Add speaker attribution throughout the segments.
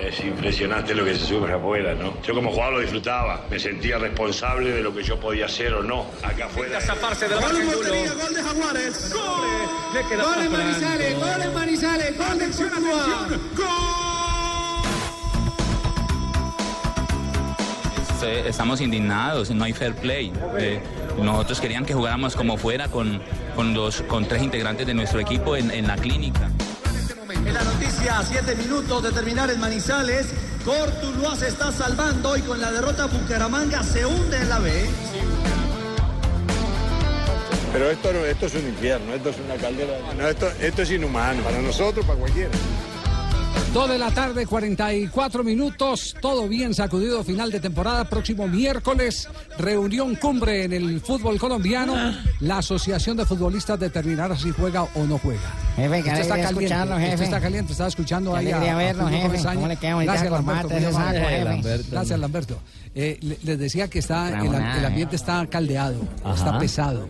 Speaker 1: Es impresionante lo que se sufre afuera, ¿no? Yo como jugador lo disfrutaba, me sentía responsable de lo que yo podía hacer o no acá afuera.
Speaker 2: zafarse de la
Speaker 3: Gol
Speaker 2: marca
Speaker 3: Montería,
Speaker 2: Angulo.
Speaker 3: gol de Jaguares. Gol
Speaker 2: Le queda
Speaker 3: de
Speaker 2: poco,
Speaker 3: Manizales,
Speaker 2: Angulo.
Speaker 3: gol de Manizales, gol de Córdoba.
Speaker 4: Eh, Estamos indignados, no hay fair play. Eh, nosotros querían que jugáramos como fuera con, con, los, con tres integrantes de nuestro equipo en, en la clínica.
Speaker 3: En la noticia, a 7 minutos de terminar en Manizales, Cortuluá se está salvando y con la derrota Bucaramanga se hunde en la B.
Speaker 5: Pero esto, no- esto es un infierno, esto es una caldera. No, esto, esto es inhumano para nosotros, para cualquiera.
Speaker 6: Dos de la tarde, 44 minutos, todo bien sacudido final de temporada, próximo miércoles, reunión cumbre en el fútbol colombiano,
Speaker 7: Ah.
Speaker 6: la asociación de futbolistas determinará si juega o no juega.
Speaker 7: Jefe, qué
Speaker 6: Usted está
Speaker 7: alegría
Speaker 6: caliente,
Speaker 7: Eh, escucharlo,
Speaker 6: usted
Speaker 7: jefe.
Speaker 6: está caliente, estaba escuchando
Speaker 7: Qué
Speaker 6: ahí
Speaker 7: alegría
Speaker 6: a, a
Speaker 7: verlo,
Speaker 6: Julio
Speaker 7: jefe.
Speaker 6: Gómez Sainz.
Speaker 7: Cómo le queda bonita
Speaker 6: Gracias,
Speaker 7: la corbata
Speaker 6: Lamberto,
Speaker 7: ese
Speaker 6: muy amable.
Speaker 7: saco, jefe.
Speaker 6: Gracias, Lamberto. Eh, le- les decía que está el, am- el ambiente está caldeado,
Speaker 8: Ajá.
Speaker 6: está pesado.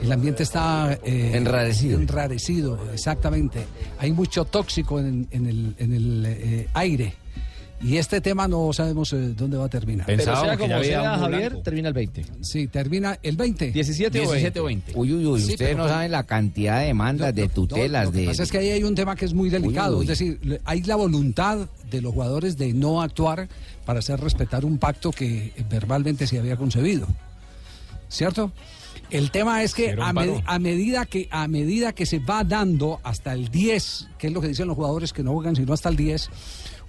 Speaker 6: El ambiente está eh,
Speaker 8: Enrarecido.
Speaker 6: enrarecido, exactamente. Hay mucho tóxico en, en el, en el, eh, aire. Y este tema no sabemos eh, dónde va a terminar.
Speaker 9: Pero sea como sea, Javier, termina el 20.
Speaker 6: Sí, termina el 20.
Speaker 9: 17 o 20.
Speaker 7: Uy, uy, uy,
Speaker 6: Sí,
Speaker 7: ustedes
Speaker 6: pero-
Speaker 7: no saben la cantidad de demandas, de tutelas,
Speaker 6: Lo que
Speaker 7: de...
Speaker 6: pasa es que ahí hay un tema que es muy delicado.
Speaker 7: Uy, uy.
Speaker 6: Es decir, le- hay la voluntad de los jugadores de no actuar para hacer respetar un pacto que eh, verbalmente se había concebido. ¿Cierto? El tema es que
Speaker 9: Hicieron
Speaker 6: a,
Speaker 9: paro.
Speaker 6: me- a medida que a medida que se va dando hasta el 10, que es lo que dicen los jugadores que no juegan sino hasta el 10,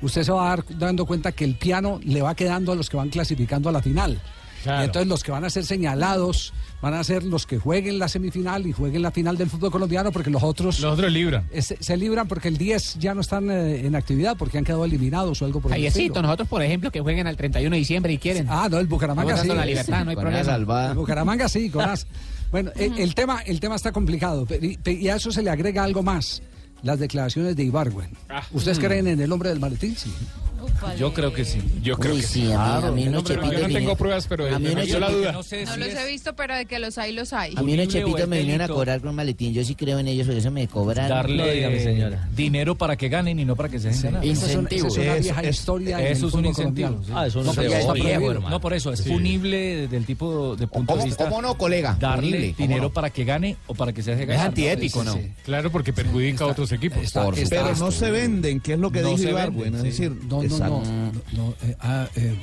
Speaker 6: usted se va a dar dando cuenta que el piano le va quedando a los que van clasificando a la final.
Speaker 9: Claro.
Speaker 6: Y entonces los que van a ser señalados van a ser los que jueguen la semifinal y jueguen la final del fútbol colombiano porque los otros
Speaker 9: Los otros libran.
Speaker 6: eh, se, se libran porque el 10 ya no están eh, en actividad porque han quedado eliminados o algo por el estilo.
Speaker 9: nosotros, por ejemplo, que jueguen al 31 de diciembre y quieren.
Speaker 6: Ah, no, el Bucaramanga sí.
Speaker 7: Con la
Speaker 6: El
Speaker 7: salvada.
Speaker 6: Bucaramanga sí, Coraz. Bueno, eh, el, tema, el tema está complicado pero y, pe- y a eso se le agrega algo más, las declaraciones de Ibargüen.
Speaker 9: Ah.
Speaker 6: ¿Ustedes creen en el hombre del maletín? Sí.
Speaker 9: Yo creo que sí. Yo
Speaker 7: creo Uy, que sí, sí. a mí- a mí unos
Speaker 9: pero yo no
Speaker 7: chepitos
Speaker 9: tengo
Speaker 7: vinieron-
Speaker 9: pruebas, pero
Speaker 7: a mí
Speaker 9: me
Speaker 7: unos
Speaker 9: nació la
Speaker 7: chepitos-
Speaker 9: duda.
Speaker 7: no
Speaker 10: No los he visto, pero de que los hay, los hay.
Speaker 7: A mí unos chepitos me vinieron a cobrar con maletín, yo sí creo en ellos, por eso me cobran.
Speaker 9: Darle dinero para que ganen y no para que se dejen ganar.
Speaker 6: Esa es una- esa es una
Speaker 9: Eso-
Speaker 6: vieja
Speaker 9: es-
Speaker 6: historia en el
Speaker 9: Eso es un
Speaker 6: fútbol
Speaker 9: incentivo.
Speaker 6: colombiano,
Speaker 9: sí.
Speaker 6: sí. Ah, eso no
Speaker 9: No,
Speaker 6: se
Speaker 9: pero
Speaker 6: ve.
Speaker 9: ya está
Speaker 6: Viejo,
Speaker 9: prohibido.
Speaker 6: hermano.
Speaker 9: No, por eso, es punible del tipo de punto de
Speaker 7: ¿Cómo,
Speaker 9: vista.
Speaker 7: cómo no, colega?
Speaker 9: Darle
Speaker 7: Punible.
Speaker 9: dinero para que gane o para que se deje ganar.
Speaker 7: antiético, ¿no?
Speaker 9: Claro, porque perjudica a otros equipos.
Speaker 6: Está-
Speaker 7: Por
Speaker 6: está-
Speaker 7: supuesto.
Speaker 8: Ah, No se venden, que es lo que
Speaker 9: No
Speaker 8: dijo
Speaker 9: se
Speaker 8: Ibargüen,
Speaker 9: venden,
Speaker 8: es
Speaker 9: sí.
Speaker 8: decir,
Speaker 6: No, no, no. no, no, eh, ah, eh,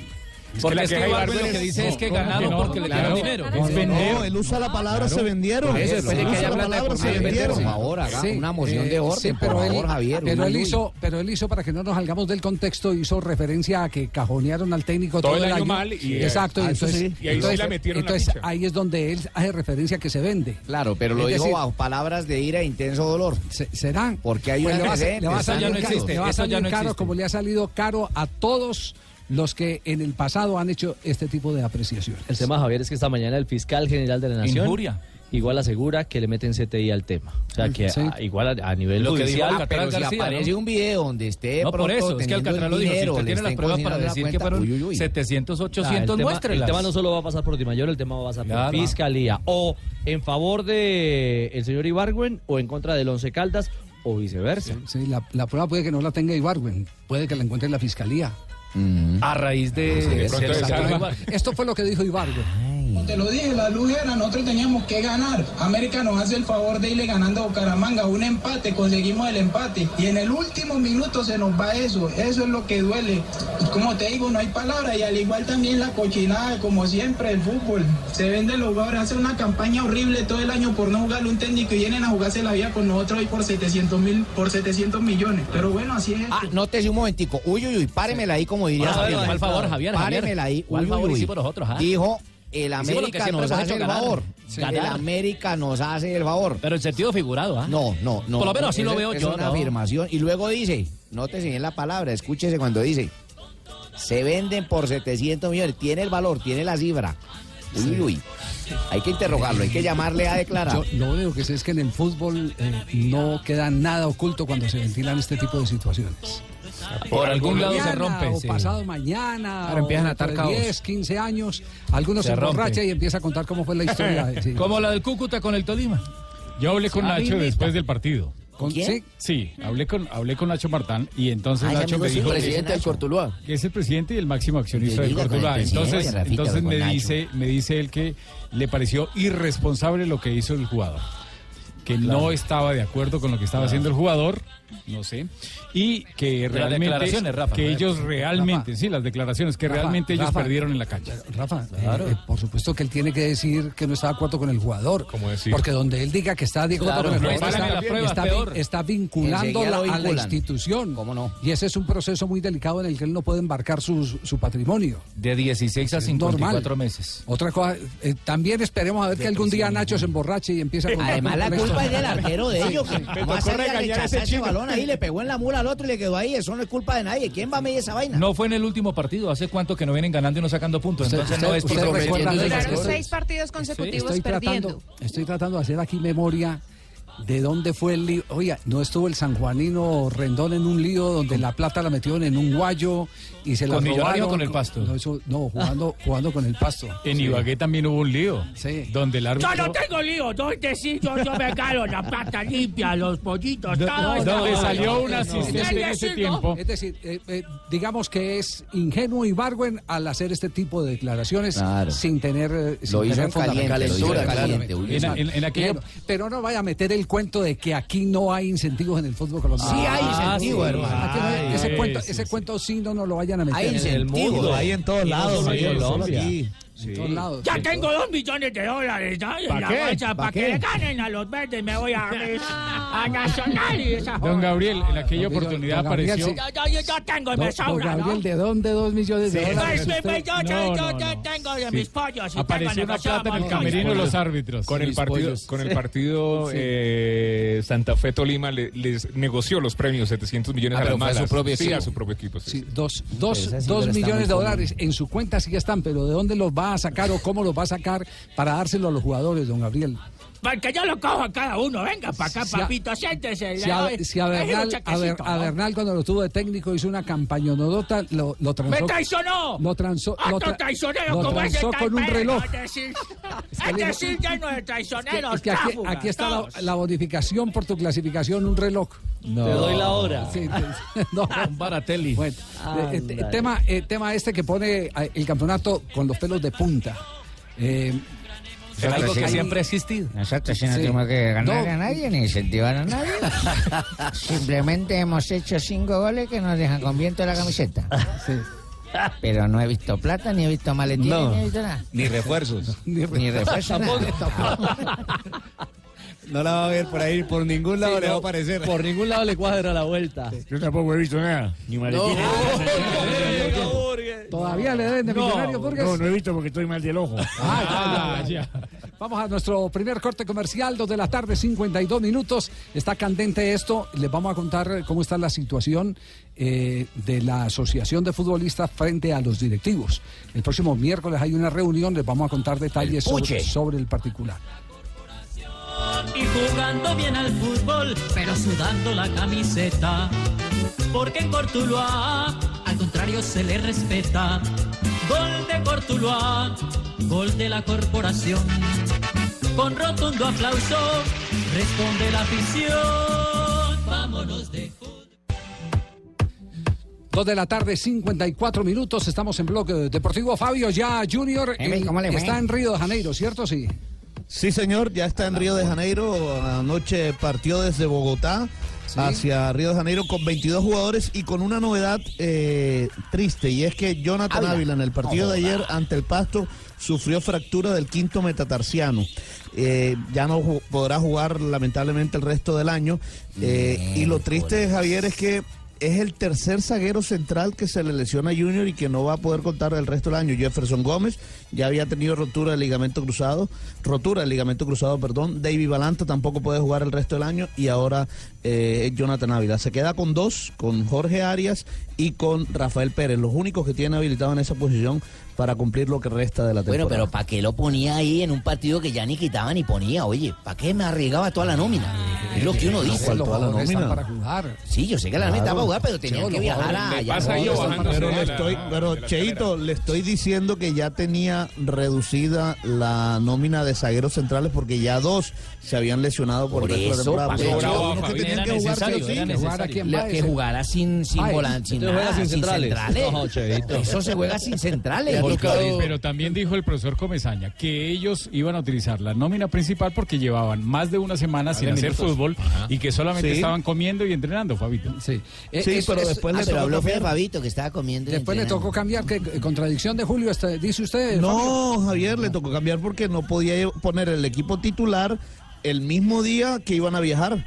Speaker 9: Porque
Speaker 8: la
Speaker 9: es que
Speaker 8: queja de
Speaker 9: Ibargüen lo
Speaker 8: Ibargüen
Speaker 9: que
Speaker 8: es-
Speaker 9: dice es que
Speaker 8: no,
Speaker 9: ganaron
Speaker 8: no,
Speaker 9: porque le dieron
Speaker 8: claro.
Speaker 9: dinero.
Speaker 8: no, no, él usa la palabra se vendieron.
Speaker 7: Ah, Eso,
Speaker 8: Él
Speaker 7: espere
Speaker 8: usa
Speaker 7: que haya
Speaker 8: la
Speaker 7: plata de
Speaker 8: palabra
Speaker 7: por
Speaker 8: se
Speaker 7: medio.
Speaker 8: vendieron.
Speaker 7: Por favor, haga una moción
Speaker 6: eh,
Speaker 7: de orden,
Speaker 6: sí,
Speaker 7: por favor, Javier.
Speaker 6: Pero
Speaker 7: una
Speaker 6: él,
Speaker 7: ley.
Speaker 6: hizo, pero él hizo, para que no nos salgamos del contexto, hizo referencia a que cajonearon al técnico todo,
Speaker 9: Todo el año mal y, eh,
Speaker 6: Exacto,
Speaker 8: ah, eso
Speaker 6: entonces,
Speaker 8: sí. Y ahí sí
Speaker 6: entonces,
Speaker 8: la metieron la
Speaker 6: entonces
Speaker 8: ficha.
Speaker 6: ahí es donde él hace referencia a que se vende.
Speaker 7: Claro, pero
Speaker 6: Es
Speaker 7: lo dijo
Speaker 6: decir-
Speaker 7: bajo palabras de ira e intenso dolor.
Speaker 6: Se- serán.
Speaker 7: Porque hay una
Speaker 6: le va a-
Speaker 7: presente,
Speaker 6: le va a
Speaker 7: eso ya
Speaker 6: salir
Speaker 7: no
Speaker 6: ca-
Speaker 7: existe,
Speaker 6: le va a
Speaker 9: eso ya
Speaker 6: salir
Speaker 9: no
Speaker 6: caro
Speaker 9: existe.
Speaker 6: como le ha salido caro a todos los que en el pasado han hecho este tipo de apreciaciones.
Speaker 9: El tema, Javier, es que esta mañana el fiscal general de la Nación
Speaker 8: Injuria.
Speaker 9: igual asegura que le meten CTI al tema. O sea, que
Speaker 6: Sí.
Speaker 9: a- igual a, a nivel
Speaker 7: Lo que dijo
Speaker 9: judicial,
Speaker 7: Alcatraz ah, pero si
Speaker 9: García,
Speaker 7: aparece
Speaker 9: ¿no?
Speaker 7: un video donde esté
Speaker 9: No, por
Speaker 7: pronto
Speaker 9: eso, es que
Speaker 7: teniendo
Speaker 9: Alcatraz
Speaker 7: el
Speaker 9: lo dijo. Si
Speaker 7: dinero,
Speaker 9: usted
Speaker 7: le
Speaker 4: Este
Speaker 9: tiene las
Speaker 7: estén
Speaker 9: pruebas para
Speaker 7: cocinando la
Speaker 9: decir que
Speaker 7: cuenta,
Speaker 9: fueron
Speaker 7: uy, uy, uy.
Speaker 9: 700,
Speaker 4: Ah,
Speaker 9: 800,
Speaker 8: tema-
Speaker 9: muéstrelas.
Speaker 8: el tema no
Speaker 9: solo va a pasar por Dimayor, el tema va a pasar por Fiscalía. O en favor de el señor Ibargüen, o en contra del Once Caldas, o viceversa.
Speaker 6: Sí, la, la prueba puede que no la tenga Ibarwen, puede que la encuentre en la fiscalía. Eh,
Speaker 9: A raíz de...
Speaker 7: Sí, de
Speaker 9: de
Speaker 7: pronto
Speaker 9: lo que
Speaker 7: de
Speaker 9: dijo
Speaker 7: Salma.
Speaker 9: Ibargüen.
Speaker 6: Esto fue lo que dijo Ibarwen.
Speaker 11: Como Te lo dije, la luz era, nosotros teníamos que ganar. América nos hace el favor de irle ganando a Bucaramanga. Un empate, conseguimos el empate. Y en el último minuto se nos va eso. Eso es lo que duele. Como te digo, no hay palabra. Y al igual también la cochinada, como siempre, el fútbol. Se vende los jugadores, hace una campaña horrible todo el año por no jugarle un técnico y vienen a jugarse la vida con nosotros hoy por 700 mil, por 700 millones. Pero bueno, así es.
Speaker 7: Ah, nótese un momentico. Uy, uy, uy, páremela ahí, como diría
Speaker 4: Ah,
Speaker 7: Javier.
Speaker 4: bueno, mal favor, Javier, Javier.
Speaker 7: Páremela ahí.
Speaker 4: ¿Cuál
Speaker 7: Uy,
Speaker 4: favor
Speaker 7: uy, uy.
Speaker 4: hicimos nosotros, ah?
Speaker 7: Dijo,
Speaker 4: Hicimos
Speaker 7: el
Speaker 4: lo que
Speaker 7: América
Speaker 4: siempre
Speaker 7: nos
Speaker 4: hemos
Speaker 7: hace
Speaker 4: hecho,
Speaker 7: el
Speaker 4: ganar.
Speaker 7: favor.
Speaker 4: Sí.
Speaker 7: El
Speaker 4: Ganar.
Speaker 7: América nos hace el favor.
Speaker 4: Pero en sentido figurado, ¿ah?
Speaker 7: No, no, no.
Speaker 4: Por lo menos así
Speaker 7: Es-
Speaker 4: lo veo
Speaker 7: es
Speaker 4: yo,
Speaker 7: una
Speaker 4: ¿no?
Speaker 7: afirmación. Y luego dice, nótese bien la palabra, escúchese cuando dice, se venden por 700 millones. Tiene el valor, tiene la cifra. Uy, uy. Hay que interrogarlo, hay que llamarle a declarar.
Speaker 6: Yo lo único que sé es que en el fútbol eh, no queda nada oculto cuando se ventilan este tipo de situaciones.
Speaker 4: Por algún lado se
Speaker 6: Mañana,
Speaker 4: rompe,
Speaker 6: O
Speaker 4: sí.
Speaker 6: pasado mañana.
Speaker 4: Ahora empiezan a atar
Speaker 6: dentro de
Speaker 4: cabos.
Speaker 6: 10, 15 años. Algunos se,
Speaker 4: Se rompe.
Speaker 6: emborracha y empieza a contar cómo fue la historia. sí.
Speaker 4: Como la del Cúcuta con el Tolima.
Speaker 12: Yo hablé con
Speaker 4: Ah,
Speaker 12: Nacho
Speaker 4: bien,
Speaker 12: después del partido.
Speaker 6: ¿Con
Speaker 4: quién?
Speaker 12: Sí, Sí, hablé con, hablé con Nacho Martán y entonces
Speaker 4: Ah, ese
Speaker 12: Nacho
Speaker 4: amigo
Speaker 12: me
Speaker 4: suyo,
Speaker 12: dijo...
Speaker 4: el presidente del
Speaker 12: Cortuluá. Que es el presidente y el máximo accionista del
Speaker 4: Que diga con el
Speaker 12: Cortuluá.
Speaker 4: presidente,
Speaker 12: Entonces,
Speaker 4: Rafita,
Speaker 12: entonces
Speaker 4: con
Speaker 12: me,
Speaker 4: Nacho.
Speaker 12: dice, me dice él que le pareció irresponsable lo que hizo el jugador. Que no estaba de acuerdo con lo que estaba
Speaker 4: Claro.
Speaker 12: haciendo el jugador, no sé, y que
Speaker 4: Las
Speaker 12: realmente...
Speaker 4: declaraciones, Rafa,
Speaker 12: que
Speaker 4: Rafa.
Speaker 12: ellos realmente, sí, las declaraciones, que
Speaker 6: Rafa,
Speaker 12: realmente ellos
Speaker 6: Rafa.
Speaker 12: perdieron en la cancha.
Speaker 6: Rafa, eh, eh, por supuesto que él tiene que decir que no está de acuerdo con el jugador.
Speaker 12: decir?
Speaker 6: Porque donde él diga que está de acuerdo
Speaker 12: Claro,
Speaker 6: con el
Speaker 12: pues,
Speaker 6: jugador,
Speaker 12: pagan
Speaker 6: está,
Speaker 12: la prueba,
Speaker 6: está
Speaker 12: peor.
Speaker 6: vin- está vinculándolo
Speaker 7: Enseguida lo
Speaker 6: a la
Speaker 7: vinculan.
Speaker 6: institución.
Speaker 7: no?
Speaker 6: Y ese es un proceso muy delicado en el que él no puede embarcar su, su patrimonio.
Speaker 4: De 16 a
Speaker 6: Es
Speaker 4: 54
Speaker 6: normal.
Speaker 4: meses.
Speaker 6: Otra cosa, eh, también esperemos a ver que algún día Nacho se emborrache y empiece a contar
Speaker 7: Además,
Speaker 6: con
Speaker 7: la
Speaker 6: el resto.
Speaker 7: culpa es del arquero de ellos.
Speaker 6: Sí, sí.
Speaker 7: Que más sabía rechazar ese balón ahí, le pegó en la mula al otro y le quedó ahí. Eso no es culpa de nadie. ¿Quién va a medir esa vaina?
Speaker 4: No fue en el último partido, hace cuánto que no vienen ganando y no sacando puntos.
Speaker 6: Usted-
Speaker 4: Entonces
Speaker 6: usted-
Speaker 4: no es
Speaker 6: usted
Speaker 4: por
Speaker 6: recuerda-
Speaker 10: Duraron seis partidos consecutivos
Speaker 6: estoy
Speaker 10: perdiendo.
Speaker 6: tratando, estoy tratando de hacer aquí memoria de dónde fue el lío. Oiga, no estuvo el sanjuanino Rendón en un lío donde la plata la metieron en un guayo y se la
Speaker 12: ¿Con Millonario
Speaker 6: robaron.
Speaker 12: o con el Pasto?
Speaker 6: No, eso- no, jugando, jugando con el pasto.
Speaker 12: En
Speaker 6: Sí.
Speaker 12: Ibagué también hubo un lío, donde el árbitro...
Speaker 13: Yo no tengo lío, ¿dónde sí? Yo, yo me gano la plata limpia, los pollitos,
Speaker 12: No,
Speaker 13: todo.
Speaker 12: no,
Speaker 13: todo.
Speaker 12: le salió
Speaker 13: No,
Speaker 12: un
Speaker 13: no,
Speaker 12: asistente
Speaker 13: no.
Speaker 12: en ese
Speaker 13: Es decir,
Speaker 12: tiempo.
Speaker 6: Es decir, eh, eh, digamos que es ingenuo Ibargüen al hacer este tipo de declaraciones
Speaker 12: Claro.
Speaker 6: sin tener. eh, sin
Speaker 12: Lo hizo
Speaker 6: tener
Speaker 12: en caliente,
Speaker 6: fundamento.
Speaker 12: lo hizo en caliente,
Speaker 6: claro.
Speaker 12: uy, En- en- en aquello-
Speaker 6: Pero, pero no vaya a meter el cuento de que aquí no hay incentivos en el fútbol colombiano.
Speaker 7: Sí hay incentivo, hermano.
Speaker 6: Aquí no hay- ese
Speaker 7: Ay,
Speaker 6: cuento,
Speaker 7: sí,
Speaker 6: ese cuento sí no nos lo vayan a meter.
Speaker 7: Hay En el incentivo. mundo, hay en todos lados, no solo aquí.
Speaker 6: En todos lados.
Speaker 13: Ya tengo dos millones de dólares ¿sabes? en
Speaker 6: ¿Pa
Speaker 13: la
Speaker 6: qué?
Speaker 13: bolsa
Speaker 6: ¿Pa
Speaker 13: para que
Speaker 6: qué?
Speaker 13: le ganen a los verdes. Me voy a, a Nacional y esa
Speaker 12: Don
Speaker 13: joda.
Speaker 12: Gabriel, en aquella
Speaker 13: Don
Speaker 12: oportunidad
Speaker 13: Gabriel,
Speaker 12: apareció...
Speaker 13: sí. Ya, ya, ya tengo, me sobra, ¿no?
Speaker 6: Gabriel, ¿de dónde dos millones de
Speaker 13: Sí,
Speaker 6: dólares?
Speaker 13: pues, pues,
Speaker 6: usted?
Speaker 13: yo, yo, yo, yo tengo de mis pollos. y
Speaker 12: Apareció
Speaker 13: tengo
Speaker 12: una
Speaker 13: negociado
Speaker 12: plata en el
Speaker 13: más pollos.
Speaker 12: camerino de los árbitros.
Speaker 14: Con el
Speaker 12: Mis
Speaker 14: partido,
Speaker 12: pollos.
Speaker 14: con el
Speaker 12: Sí.
Speaker 14: partido
Speaker 12: Sí.
Speaker 14: eh, Santa Fe Tolima le- les negoció los premios 700 millones
Speaker 12: Ah,
Speaker 14: a las
Speaker 12: pero fue a su
Speaker 14: malas.
Speaker 12: propio
Speaker 14: Sí,
Speaker 12: equipo.
Speaker 14: a su propio equipo. sí, sí.
Speaker 6: Dos, dos,
Speaker 14: Esa sí,
Speaker 6: dos
Speaker 14: pero está
Speaker 6: millones
Speaker 14: muy
Speaker 6: de
Speaker 14: joven.
Speaker 6: dólares en su cuenta sí están, pero ¿de dónde los va a sacar o cómo los va a sacar para dárselo a los jugadores, don Gabriel?
Speaker 13: Porque yo lo cojo a cada uno. Venga para acá,
Speaker 6: a-
Speaker 13: papito, siéntese. le
Speaker 6: Si a,
Speaker 13: doy-
Speaker 6: si a
Speaker 13: le doy un
Speaker 6: Bernal, a, Ber-
Speaker 13: chaquecito,
Speaker 6: a
Speaker 13: ¿no?
Speaker 6: Bernal cuando lo tuvo de técnico hizo una campañonodota, lo, lo transó.
Speaker 13: ¡Me traicionó!
Speaker 6: Lo transó, lo
Speaker 13: ¡Otro
Speaker 6: tra-
Speaker 13: traicionero
Speaker 6: lo
Speaker 13: como ese
Speaker 6: transó
Speaker 13: tal
Speaker 6: con un
Speaker 13: Pedro!
Speaker 6: reloj.
Speaker 13: Es decir,
Speaker 6: que
Speaker 13: es
Speaker 6: le-
Speaker 13: decir, lleno de
Speaker 6: Que-
Speaker 13: traicioneros,
Speaker 6: es que aquí,
Speaker 13: tráfugas,
Speaker 6: aquí está la,
Speaker 13: todos.
Speaker 6: la bonificación por tu clasificación, un reloj.
Speaker 4: Te doy la hora.
Speaker 6: Sí, te- no.
Speaker 4: Un Baratelli.
Speaker 6: Bueno, eh, eh, tema, eh, tema este que pone eh, el campeonato con los pelos de punta. Eh,
Speaker 4: Es algo que
Speaker 6: hay-
Speaker 4: siempre ha existido.
Speaker 15: Nosotros sí no
Speaker 6: Sí.
Speaker 15: tenemos que ganar
Speaker 6: No.
Speaker 15: a nadie ni incentivar a nadie. Simplemente hemos hecho cinco goles que nos dejan con viento la camiseta. Pero no he visto plata, ni he visto maletines,
Speaker 4: No.
Speaker 15: ni he visto nada.
Speaker 4: Ni refuerzos.
Speaker 6: Pues
Speaker 15: Ni refuerzo.
Speaker 16: No la va a ver por ahí, por ningún lado le va a aparecer. Por ningún lado le cuadra la vuelta. Yo tampoco he visto nada. Ni
Speaker 15: maletines.
Speaker 6: Todavía le deben de millonario Burgues.
Speaker 16: he visto porque estoy mal del ojo.
Speaker 6: Ah, ya, ya, ya. Vamos a nuestro primer corte comercial, 2 de la tarde, 52 minutos. Está candente esto. Les vamos a contar eh, cómo está la situación eh, de la Asociación de Futbolistas frente a los directivos. El próximo miércoles hay una reunión, les vamos a contar detalles sobre,
Speaker 17: puche.
Speaker 6: sobre el particular.
Speaker 17: y jugando bien al fútbol, pero sudando la camiseta. Porque en Cortuluá, al contrario, se le respeta. Gol de Cortuluá, gol de la corporación. Con rotundo aplauso, responde la afición. Vámonos de
Speaker 6: Dos de la tarde, 54 minutos. Estamos en bloque deportivo. Fabio ya Junior
Speaker 18: Emi, ¿cómo le fue?
Speaker 6: está en Río de Janeiro, ¿cierto? Sí.
Speaker 8: Sí, señor, ya está en Río de Janeiro. Anoche partió desde Bogotá hacia Río de Janeiro con 22 jugadores y con una novedad eh, triste, y es que Jonathan
Speaker 7: Ávila.
Speaker 8: Ávila en el partido de ayer ante el Pasto sufrió fractura del quinto metatarsiano. Eh, ya no ju- podrá jugar lamentablemente el resto del año. Eh, y lo triste, Javier, es que es el tercer zaguero central que se le lesiona a Junior y que no va a poder contar el resto del año. Jefferson Gómez ya había tenido rotura de ligamento cruzado, rotura de ligamento cruzado, perdón. David Balanta tampoco puede jugar el resto del año y ahora eh, Jonathan Ávila. Se queda con dos, con Jorge Arias y con Rafael Pérez, los únicos que tienen habilitado en esa posición para cumplir lo que resta de la temporada.
Speaker 7: Bueno, pero ¿para qué lo ponía ahí en un partido que ya ni quitaba ni ponía? Oye, ¿para qué me arriesgaba toda la nómina? Es lo que uno
Speaker 6: No,
Speaker 7: dice.
Speaker 6: pues, los jugadores están para jugar.
Speaker 7: Sí, yo sé que la nómina estaba para jugar, pero tenían que viajar a... allá.
Speaker 8: No, pero- pero le estoy, pero Cheito, le estoy diciendo que ya tenía reducida la nómina de zagueros centrales porque ya dos se habían lesionado por,
Speaker 7: Por
Speaker 8: el resto de
Speaker 7: eso,
Speaker 8: la temporada.
Speaker 7: pasó.
Speaker 8: Pero
Speaker 7: Bravo,
Speaker 8: había unos que
Speaker 7: Fabián,
Speaker 8: tenían
Speaker 7: era
Speaker 8: que jugar sí o
Speaker 7: necesario,
Speaker 8: sí.
Speaker 7: era necesario. La que jugara sin, sin
Speaker 8: Ay,
Speaker 7: volante, sin
Speaker 8: entonces
Speaker 7: nada,
Speaker 8: juega sin
Speaker 7: sin centrales.
Speaker 8: centrales. No, Cheito.
Speaker 7: Eso se juega sin centrales.
Speaker 12: Porque- pero también dijo el profesor Comezaña que ellos iban a utilizar la nómina principal porque llevaban más de una semana
Speaker 4: Más
Speaker 12: sin
Speaker 4: de
Speaker 12: hacer
Speaker 4: minutos.
Speaker 12: fútbol
Speaker 4: Ajá.
Speaker 12: y que solamente
Speaker 4: Sí.
Speaker 12: estaban comiendo y entrenando, Fabito.
Speaker 6: Sí,
Speaker 7: ah, pero habló fue de Fabito que estaba comiendo. y
Speaker 6: Después le
Speaker 7: entrenando.
Speaker 6: tocó cambiar, que eh, contradicción de Julio, hasta- dice usted.
Speaker 8: No, Javier, le tocó cambiar porque no podía poner el equipo titular el mismo día que iban a viajar.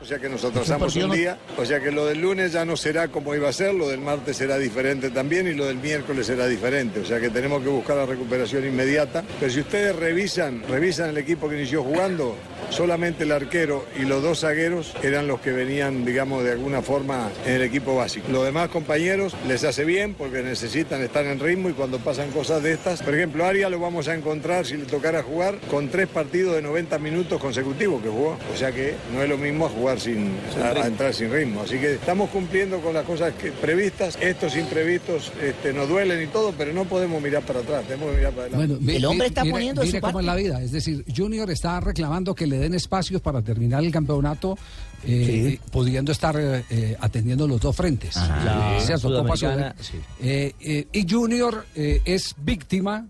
Speaker 5: O sea que nos
Speaker 8: Ese
Speaker 5: atrasamos
Speaker 8: partido
Speaker 5: un
Speaker 8: no-
Speaker 5: día, o sea que lo del lunes ya no será como iba a ser, lo del martes será diferente también y lo del miércoles será diferente, o sea que tenemos que buscar la recuperación inmediata. Pero si ustedes revisan, revisan el equipo que inició jugando, solamente el arquero y los dos zagueros eran los que venían, digamos, de alguna forma en el equipo básico. Los demás compañeros les hace bien porque necesitan estar en ritmo y cuando pasan cosas de estas, por ejemplo, Arias lo vamos a encontrar si le tocara jugar con tres partidos de 90 minutos consecutivos que jugó, o sea que no es lo mismo a jugar sin
Speaker 1: Sin
Speaker 5: a- a
Speaker 1: ritmo.
Speaker 5: entrar sin ritmo. Así que estamos cumpliendo con las cosas que- previstas. Estos imprevistos este, nos duelen y todo, pero no podemos mirar para atrás, tenemos que mirar para adelante.
Speaker 6: mi- mi- mire- mire cómo es la vida. Es decir, Junior está reclamando que le den espacios para terminar el campeonato, eh, pudiendo estar eh, eh, atendiendo los dos frentes.
Speaker 9: Ajá. La
Speaker 6: O sea, su Copa
Speaker 9: Sudamericana,
Speaker 6: Sudam- Eh, eh, y Junior eh, es víctima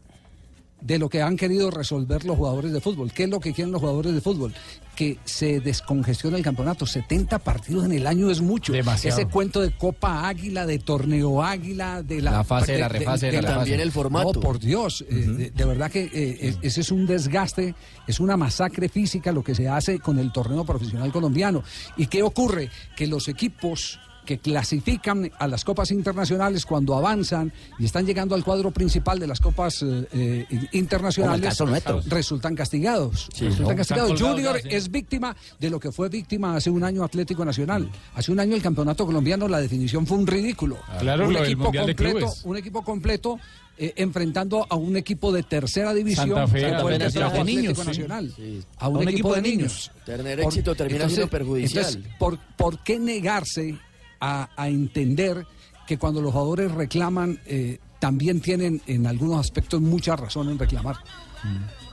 Speaker 6: de lo que han querido resolver los jugadores de fútbol. ¿Qué es lo que quieren los jugadores de fútbol? Que se descongestione el campeonato. 70 partidos en el año es mucho.
Speaker 4: Demasiado.
Speaker 6: Ese cuento de Copa Águila, de Torneo Águila, de la,
Speaker 4: La fase, la refase, la refase. También el formato.
Speaker 6: No, por Dios. eh, de, de verdad que eh, es- ese es un desgaste, es una masacre física lo que se hace con el torneo profesional colombiano. ¿Y qué ocurre? Que los equipos que clasifican a las copas internacionales cuando avanzan y están llegando al cuadro principal de las copas eh, eh, internacionales
Speaker 7: caso nuestro.
Speaker 6: resultan castigados.
Speaker 7: Sí,
Speaker 6: resultan
Speaker 7: ¿no?
Speaker 6: castigados.
Speaker 7: Están colgados
Speaker 6: Junior
Speaker 7: ya, sí.
Speaker 6: es víctima de lo que fue víctima hace un año Atlético Nacional.
Speaker 7: Mm.
Speaker 6: Hace un año el campeonato colombiano la definición fue un ridículo.
Speaker 12: Claro,
Speaker 6: un
Speaker 12: lo del Mundial de
Speaker 6: completo,
Speaker 12: Clubes.
Speaker 6: un equipo completo eh, enfrentando a un equipo de tercera división
Speaker 12: Santa Fe,
Speaker 6: que
Speaker 12: Santa
Speaker 6: fue el
Speaker 12: Fe
Speaker 6: que trajo
Speaker 12: nació de
Speaker 6: Atlético
Speaker 12: niños,
Speaker 6: Nacional,
Speaker 12: sí. Sí.
Speaker 6: a un, equipo, de niños.
Speaker 4: Tener éxito termina siendo perjudicial.
Speaker 6: entonces, ¿por, por qué negarse a, a entender que cuando los jugadores reclaman eh, también tienen en algunos aspectos mucha razón en reclamar?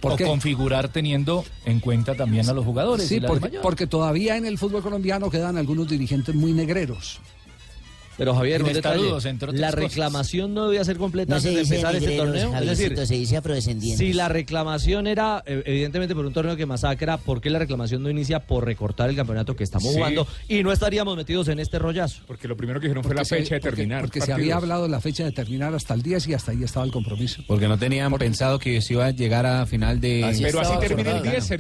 Speaker 6: ¿Por
Speaker 4: o
Speaker 6: qué?
Speaker 4: configurar teniendo en cuenta también a los jugadores.
Speaker 6: Sí,
Speaker 4: el área
Speaker 6: porque,
Speaker 4: mayor.
Speaker 6: porque todavía en el fútbol colombiano quedan algunos dirigentes muy negreros.
Speaker 9: Pero Javier, un detalle.
Speaker 6: Inestaludos, entre otras
Speaker 9: la
Speaker 6: cosas.
Speaker 9: reclamación no debía ser completa
Speaker 6: No se
Speaker 9: antes de
Speaker 6: dice
Speaker 9: empezar este
Speaker 6: negreros,
Speaker 9: torneo. Es
Speaker 6: Javiercito,
Speaker 9: decir,
Speaker 7: se dice afrodescendientes.
Speaker 9: si la reclamación era eh, evidentemente por un torneo que masacra, ¿por qué la reclamación no inicia por recortar el campeonato que estamos
Speaker 6: Sí.
Speaker 9: jugando y no estaríamos metidos en este rollazo?
Speaker 10: Porque lo primero que dijeron fue la
Speaker 6: Porque se-
Speaker 10: fecha de
Speaker 6: porque-
Speaker 10: terminar.
Speaker 6: Porque se
Speaker 10: partidos.
Speaker 6: había hablado de la fecha de terminar hasta el 10 y hasta ahí estaba el compromiso.
Speaker 19: Porque no tenían pensado que se iba a llegar a final de.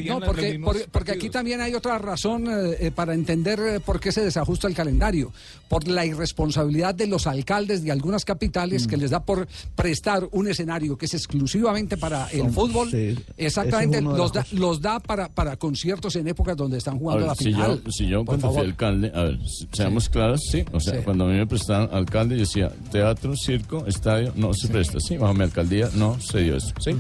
Speaker 6: No, porque, porque- porque aquí también hay otra razón eh, eh, para entender eh, por qué se desajusta el calendario. Por la irresponsabilidad de los alcaldes de algunas capitales
Speaker 8: Mm.
Speaker 6: que les da por prestar un escenario que es exclusivamente para el
Speaker 8: Son-
Speaker 6: fútbol.
Speaker 8: sí, ese es
Speaker 6: Exactamente,
Speaker 8: uno de
Speaker 6: los
Speaker 8: las
Speaker 6: da, los da para, para conciertos en épocas donde están
Speaker 20: A
Speaker 6: jugando
Speaker 20: ver,
Speaker 6: la
Speaker 20: si
Speaker 6: final.
Speaker 20: yo, si yo
Speaker 6: por
Speaker 20: cuando fui
Speaker 6: favor.
Speaker 20: alcalde, a ver, se- seamos claros, sí. O sea,
Speaker 6: Sí.
Speaker 20: cuando a mí me prestaron alcalde, yo decía teatro, circo, estadio, no se presta, sí. Bajo mi alcaldía no se dio eso, sí.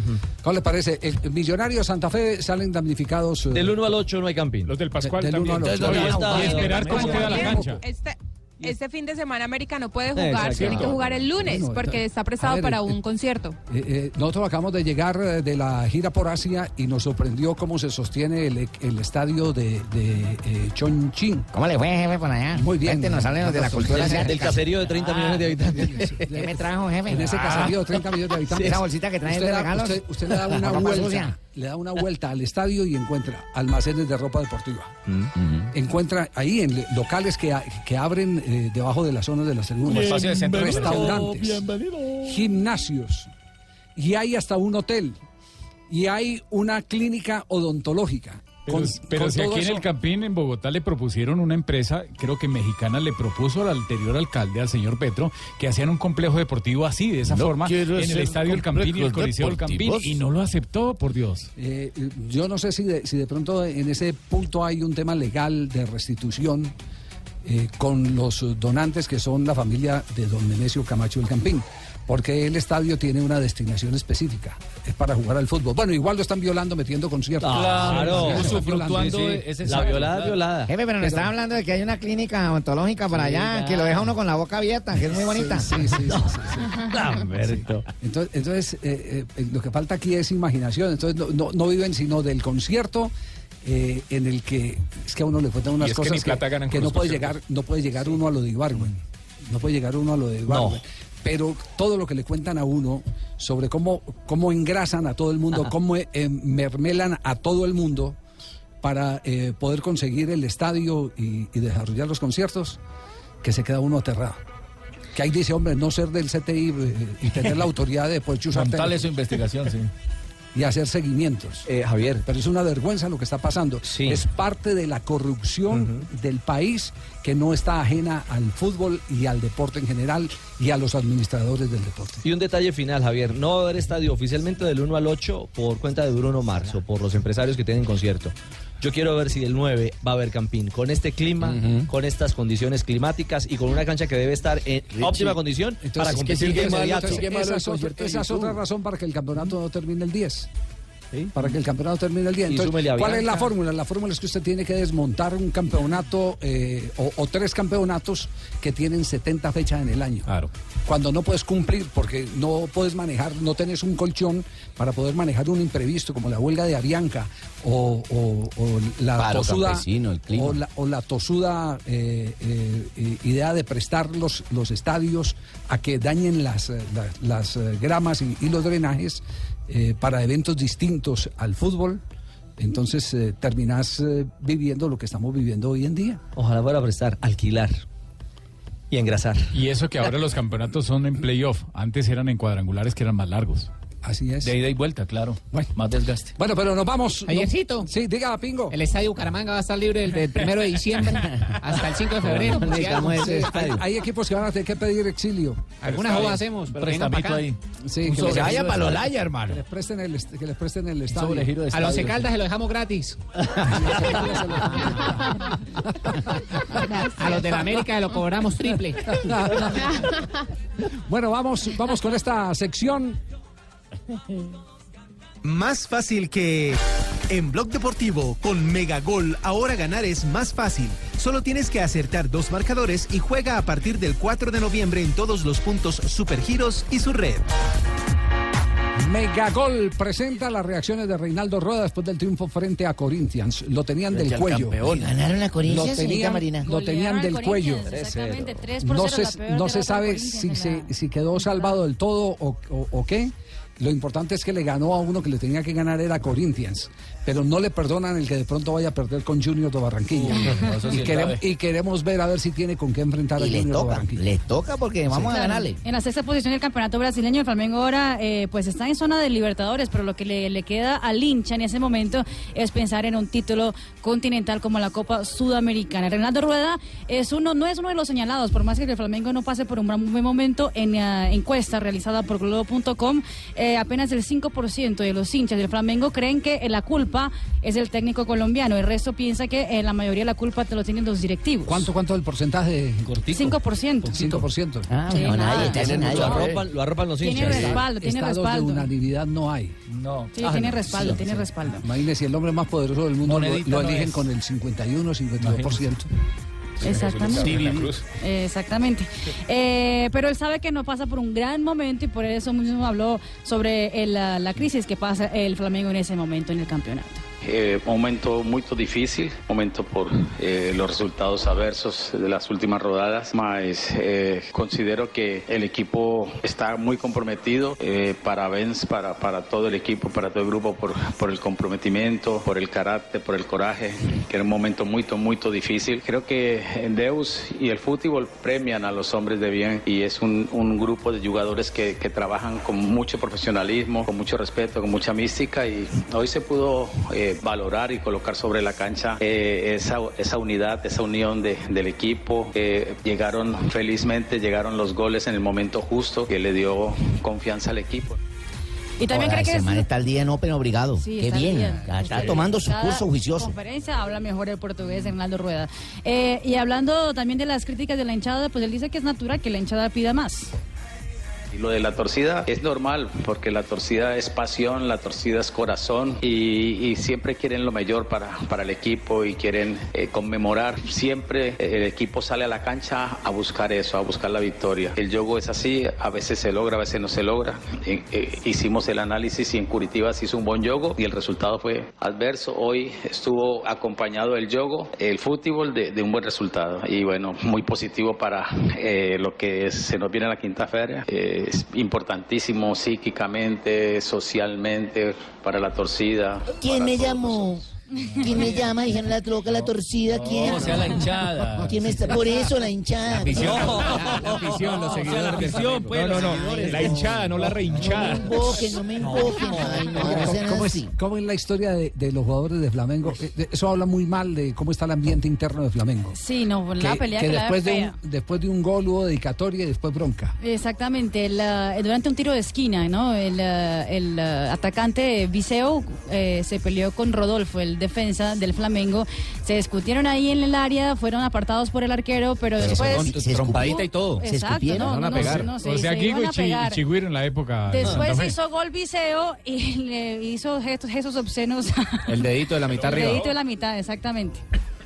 Speaker 6: ¿Cómo le parece? El el Millonario Santa Fe salen damnificados.
Speaker 9: Del 1 al 8 no hay camping. Los
Speaker 10: del
Speaker 6: Pascual del también. uno al ocho.
Speaker 10: Oye,
Speaker 6: Oye,
Speaker 10: y esperar
Speaker 6: Pascual
Speaker 10: cómo queda la
Speaker 6: también.
Speaker 10: cancha.
Speaker 21: Este-
Speaker 10: este fin de semana América no puede
Speaker 6: Exacto.
Speaker 10: jugar, tiene que jugar el lunes
Speaker 6: Bueno,
Speaker 10: porque está
Speaker 6: a
Speaker 10: prestado
Speaker 6: ver,
Speaker 10: para
Speaker 6: eh,
Speaker 10: un concierto.
Speaker 6: Eh, eh, nosotros acabamos de llegar eh, de la gira por Asia y nos sorprendió cómo se sostiene el, e, el estadio de, de eh, Chongqing.
Speaker 7: ¿Cómo le fue, jefe, por allá?
Speaker 6: Muy bien.
Speaker 7: Cuéntenos, háblenos de la cultura
Speaker 6: Del-
Speaker 7: asiática. Ah,
Speaker 6: del caserío de 30 millones de habitantes.
Speaker 7: ¿Qué me trajo, jefe?
Speaker 6: En ese
Speaker 7: Ah.
Speaker 6: caserío de 30 millones de habitantes.
Speaker 7: Esa bolsita que traen
Speaker 6: Usted
Speaker 7: de
Speaker 6: da-
Speaker 7: regalos.
Speaker 6: Usted, usted le da
Speaker 7: La
Speaker 6: una
Speaker 7: ropa
Speaker 6: vuelta.
Speaker 7: sucia.
Speaker 6: Le da una vuelta al estadio y encuentra almacenes de ropa deportiva.
Speaker 7: Mm-hmm.
Speaker 6: Encuentra ahí en le- locales que, a- que abren eh, debajo de las zonas de las
Speaker 12: Como
Speaker 6: tribunas.
Speaker 12: espacio de centro de
Speaker 6: Restaurantes
Speaker 12: Bienvenido.
Speaker 6: gimnasios y hay hasta un hotel y hay una clínica odontológica.
Speaker 12: Pero,
Speaker 6: Con-
Speaker 12: pero
Speaker 6: con
Speaker 12: si
Speaker 6: todo
Speaker 12: aquí en
Speaker 6: eso-
Speaker 12: el Campín, en Bogotá, le propusieron una empresa, creo que mexicana, le propuso al anterior alcalde, al señor Petro, que hacían un complejo deportivo así, de esa
Speaker 6: No
Speaker 12: forma, en
Speaker 6: quiero
Speaker 12: el
Speaker 6: hacer
Speaker 12: estadio El Campín y el
Speaker 6: complejos
Speaker 12: Coliseo del Campín,
Speaker 6: deportivos.
Speaker 12: y no lo aceptó, por Dios.
Speaker 6: Eh, yo no sé si de, si de pronto en ese punto hay un tema legal de restitución eh, con los donantes que son la familia de don Nemesio Camacho del Campín, porque el estadio tiene una destinación específica, es para jugar al fútbol. Bueno, igual lo están violando metiendo conciertos.
Speaker 9: Claro.
Speaker 6: Sí, lo están violando.
Speaker 9: la violada es violada.
Speaker 7: Jefe, pero nos estaba hablando de que hay una clínica odontológica para allá que lo deja uno con la boca abierta, que es muy bonita.
Speaker 6: Sí, sí, sí. Entonces, entonces eh, eh, lo que falta aquí es imaginación. Entonces, no, no- no viven sino del concierto eh, en el que es que a uno le cuentan unas
Speaker 12: Y es que
Speaker 6: cosas
Speaker 12: ni plata ganan con
Speaker 6: no
Speaker 12: los
Speaker 6: puede llegar,
Speaker 12: conciertos.
Speaker 6: no puede llegar uno a lo de Ibargüen. No puede llegar uno a lo de Ibargüen. Pero todo lo que le cuentan a uno sobre cómo, cómo engrasan a todo el mundo, cómo eh, mermelan a todo el mundo para eh, poder conseguir el estadio y, y desarrollar los conciertos, que se queda uno aterrado. Que ahí dice, hombre, no ser del CTI eh, y tener la autoridad de poder chuzar
Speaker 4: Montarle
Speaker 6: teléfonos
Speaker 4: su investigación, sí.
Speaker 6: y hacer seguimientos. Javier. Pero es una vergüenza lo que está pasando. Es parte de la corrupción del país que no está ajena al fútbol y al deporte en general y a los administradores del deporte.
Speaker 9: Y un detalle final, Javier. No va a haber estadio oficialmente del 1 al 8 por cuenta de Bruno Marzo, por los empresarios que tienen concierto. Yo quiero ver si del 9 va a haber Campín. Con este clima, con estas condiciones climáticas y con una cancha que debe estar en óptima condición para competir de inmediato.
Speaker 6: Entonces, esa es otra- esa es otra razón para que el campeonato no termine el 10. Para que el campeonato termine el 10.
Speaker 9: Y
Speaker 6: Entonces,
Speaker 9: súmele a
Speaker 6: ¿Cuál es la
Speaker 9: Bianca.
Speaker 6: fórmula? La fórmula es que usted tiene que desmontar un campeonato eh, o, o tres campeonatos que tienen 70 fechas en el año. Cuando no puedes cumplir porque no puedes manejar, no tenés un colchón para poder manejar un imprevisto como la huelga de Avianca o, o- o la
Speaker 22: Paro
Speaker 6: tosuda
Speaker 22: campesino, el clima.
Speaker 6: o la, o la tosuda eh, eh, eh, idea de prestar los, los estadios a que dañen las, eh, la- las, eh, gramas y, y los drenajes eh, para eventos distintos al fútbol, entonces eh, terminás eh, viviendo lo que estamos viviendo hoy en día.
Speaker 9: Ojalá fuera a prestar, alquilar y engrasar.
Speaker 12: Y eso que ahora los campeonatos son en playoff, antes eran en cuadrangulares que eran más largos.
Speaker 6: Así es.
Speaker 12: De ida y vuelta, claro. más desgaste.
Speaker 6: Bueno, pero nos vamos.
Speaker 23: Javiercito.
Speaker 6: Sí, diga, Pingo.
Speaker 23: El estadio Bucaramanga va a estar libre desde el primero de diciembre hasta el 5 de febrero.
Speaker 6: Sí,
Speaker 23: Sí,
Speaker 6: hay- Hay equipos que van a tener que pedir exilio.
Speaker 23: Algunas
Speaker 6: Está
Speaker 23: jodas
Speaker 6: bien.
Speaker 23: hacemos, pero vengan Prestamito para acá. ahí.
Speaker 6: Sí,
Speaker 23: Un
Speaker 6: les-
Speaker 23: sobregiro de estadio.
Speaker 6: Que les presten el, est- que les presten el estadio.
Speaker 23: A los Caldas se lo dejamos gratis. A los de la América se lo cobramos triple.
Speaker 6: Bueno, vamos, vamos con esta sección.
Speaker 24: Más fácil que... En Blog Deportivo, con Megagol, ahora ganar es más fácil. Solo tienes que acertar dos marcadores y juega a partir del 4 de noviembre en todos los puntos Supergiros y su red.
Speaker 6: Megagol presenta las reacciones de Reinaldo Rueda después del triunfo frente a Corinthians. Lo tenían
Speaker 22: Frente
Speaker 6: del
Speaker 22: al
Speaker 6: cuello.
Speaker 22: campeón.
Speaker 7: ¿Ganaron a Corinthians,
Speaker 6: Lo
Speaker 7: señorita
Speaker 6: tenían,
Speaker 7: Marina?
Speaker 6: Lo tenían
Speaker 7: Golearon
Speaker 6: del
Speaker 7: a
Speaker 6: cuello.
Speaker 7: Corinthians,
Speaker 25: Exactamente, 3 por
Speaker 6: No
Speaker 25: 0, la
Speaker 6: se,
Speaker 25: peor
Speaker 6: no
Speaker 25: derrota
Speaker 6: se
Speaker 25: de
Speaker 6: sabe
Speaker 25: Corinthians
Speaker 6: si,
Speaker 25: en
Speaker 6: se,
Speaker 25: la-
Speaker 6: si quedó salvado del todo o, o- o qué. Lo importante es que le ganó a uno que le tenía que ganar era Corinthians. Pero no le perdonan el que de pronto vaya a perder con Junior de Barranquilla.
Speaker 22: no, eso sí
Speaker 6: y,
Speaker 22: es
Speaker 6: queremos,
Speaker 22: grave.
Speaker 6: y queremos ver a ver si tiene con qué enfrentar a
Speaker 22: Y le
Speaker 6: Junior de
Speaker 22: toca,
Speaker 6: Barranquilla.
Speaker 22: le toca
Speaker 6: Eh,
Speaker 22: porque vamos a
Speaker 25: Claro.
Speaker 22: ganarle.
Speaker 25: En la sexta posición del campeonato brasileño, el Flamengo ahora eh, pues está en zona de Libertadores, pero lo que le, le queda al hincha en ese momento es pensar en un título continental como la Copa Sudamericana. Reinaldo Rueda es uno, no es uno de los señalados, por más que el Flamengo no pase por un gran- buen momento en la encuesta realizada por Globo.com, eh, apenas el 5% de los hinchas del Flamengo creen que eh, la culpa es el técnico colombiano, el resto piensa que eh, la mayoría de la culpa te lo tienen los directivos.
Speaker 6: ¿Cuánto, cuánto el porcentaje?
Speaker 25: 5%.
Speaker 6: 5%.
Speaker 25: Ah, Sí, no, nada. nadie, casi
Speaker 6: Tienen
Speaker 25: nadie.
Speaker 6: mucho-
Speaker 25: Lo arropan-
Speaker 9: lo arropan los
Speaker 25: Tiene hinchas. respaldo, tiene
Speaker 6: Estados
Speaker 25: respaldo.
Speaker 6: de unanimidad no hay. Ah,
Speaker 12: No.
Speaker 25: Sí, tiene respaldo, tiene respaldo.
Speaker 6: Imagínese, el hombre más poderoso del mundo lo,
Speaker 25: Monedita
Speaker 6: lo
Speaker 25: no
Speaker 6: eligen
Speaker 25: es.
Speaker 6: con el 51, 52%.
Speaker 25: Exactamente.
Speaker 26: Sí, Villa Cruz.
Speaker 25: Eh, Exactamente. Eh, pero él sabe que no pasa por un gran momento y por eso mismo habló sobre el, la, la crisis que pasa el Flamengo en ese momento en el campeonato.
Speaker 11: Eh, momento muy difícil, momento por eh, los resultados adversos de las últimas rodadas, mas eh, considero que el equipo está muy comprometido, eh, parabéns para, para todo el equipo, para todo el grupo por, por el comprometimiento, por el carácter, por el coraje, que era un momento muy, muy difícil. Creo que Deus y el fútbol premian a los hombres de bien y es un, un grupo de jugadores que, que trabajan con mucho profesionalismo, con mucho respeto, con mucha mística y hoy se pudo eh, valorar y colocar sobre la cancha eh, esa, esa unidad, esa unión de- del equipo. Eh, llegaron felizmente, llegaron los goles en el momento justo que le dio confianza al equipo.
Speaker 25: Y también
Speaker 27: Ahora,
Speaker 25: cree que
Speaker 27: ese
Speaker 25: es-
Speaker 27: man está al día en Open obligado.
Speaker 25: Sí,
Speaker 27: Qué
Speaker 25: está
Speaker 27: bien.
Speaker 25: bien.
Speaker 27: Ya
Speaker 7: Ah,
Speaker 27: Está
Speaker 25: Sí.
Speaker 27: tomando su
Speaker 25: Cada
Speaker 27: curso juicioso.
Speaker 25: conferencia habla mejor el portugués Hernando Rueda. Eh, y hablando también de las críticas de la hinchada, pues él dice que es natural que la hinchada pida más.
Speaker 11: Y lo de la torcida es normal, porque la torcida es pasión, la torcida es corazón y, y siempre quieren lo mayor para, para el equipo y quieren eh, conmemorar. Siempre eh, el equipo sale a la cancha a buscar eso, a buscar la victoria. El juego es así, a veces se logra, a veces no se logra. Eh, eh, hicimos el análisis y en Curitiba se hizo un buen juego y el resultado fue adverso. Hoy estuvo acompañado el juego, el fútbol, de, de un buen resultado. Y bueno, muy positivo para eh, lo que es- se nos viene la quinta feria. Eh, es importantísimo psíquicamente, socialmente, para la torcida.
Speaker 27: ¿Quién me llamó? ¿Quién me llama? Dijeron la troca, la torcida, ¿quién?
Speaker 11: o sea, la hinchada.
Speaker 27: ¿Quién me está? Por eso la hinchada.
Speaker 26: La afición, los seguidores. la afición,
Speaker 27: pues,
Speaker 26: No, no,
Speaker 27: los
Speaker 26: no.
Speaker 27: seguidores.
Speaker 26: La hinchada, no la rehinchada.
Speaker 27: Invoquen, no me invoquen. Ay, no, no sean
Speaker 6: ¿Cómo
Speaker 27: así.
Speaker 6: es, cómo es la historia de, de los jugadores de Flamengo? Eh, de- Eso habla muy mal de cómo está el ambiente interno de Flamengo.
Speaker 25: Sí, no, la
Speaker 6: Que-
Speaker 25: pelea
Speaker 6: que
Speaker 25: que, la
Speaker 6: después, de
Speaker 25: fea.
Speaker 6: un, después de un gol hubo dedicatoria y después bronca. Eh,
Speaker 25: Exactamente, la- durante un tiro de esquina, ¿no? El, eh, el, eh, atacante Viseo eh, se peleó con Rodolfo, el defensa del Flamengo. Se discutieron ahí en el área, fueron apartados por el arquero, pero, después.
Speaker 4: trompadita y todo.
Speaker 25: Se Exacto, escupieron. no,
Speaker 4: Van a
Speaker 25: no,
Speaker 4: pegar.
Speaker 25: no, sí,
Speaker 12: o sea,
Speaker 25: se
Speaker 12: Guigo
Speaker 25: iban
Speaker 12: y
Speaker 25: a
Speaker 12: Chi-
Speaker 25: pegar.
Speaker 12: y Chigüiro en la
Speaker 4: Ah,
Speaker 12: época. de Santa
Speaker 25: Después
Speaker 12: Fe.
Speaker 25: hizo gol Viseo y le hizo gestos, gestos obscenos.
Speaker 4: El dedito de la mitad
Speaker 25: al
Speaker 4: arriba.
Speaker 25: dedito de la mitad, exactamente.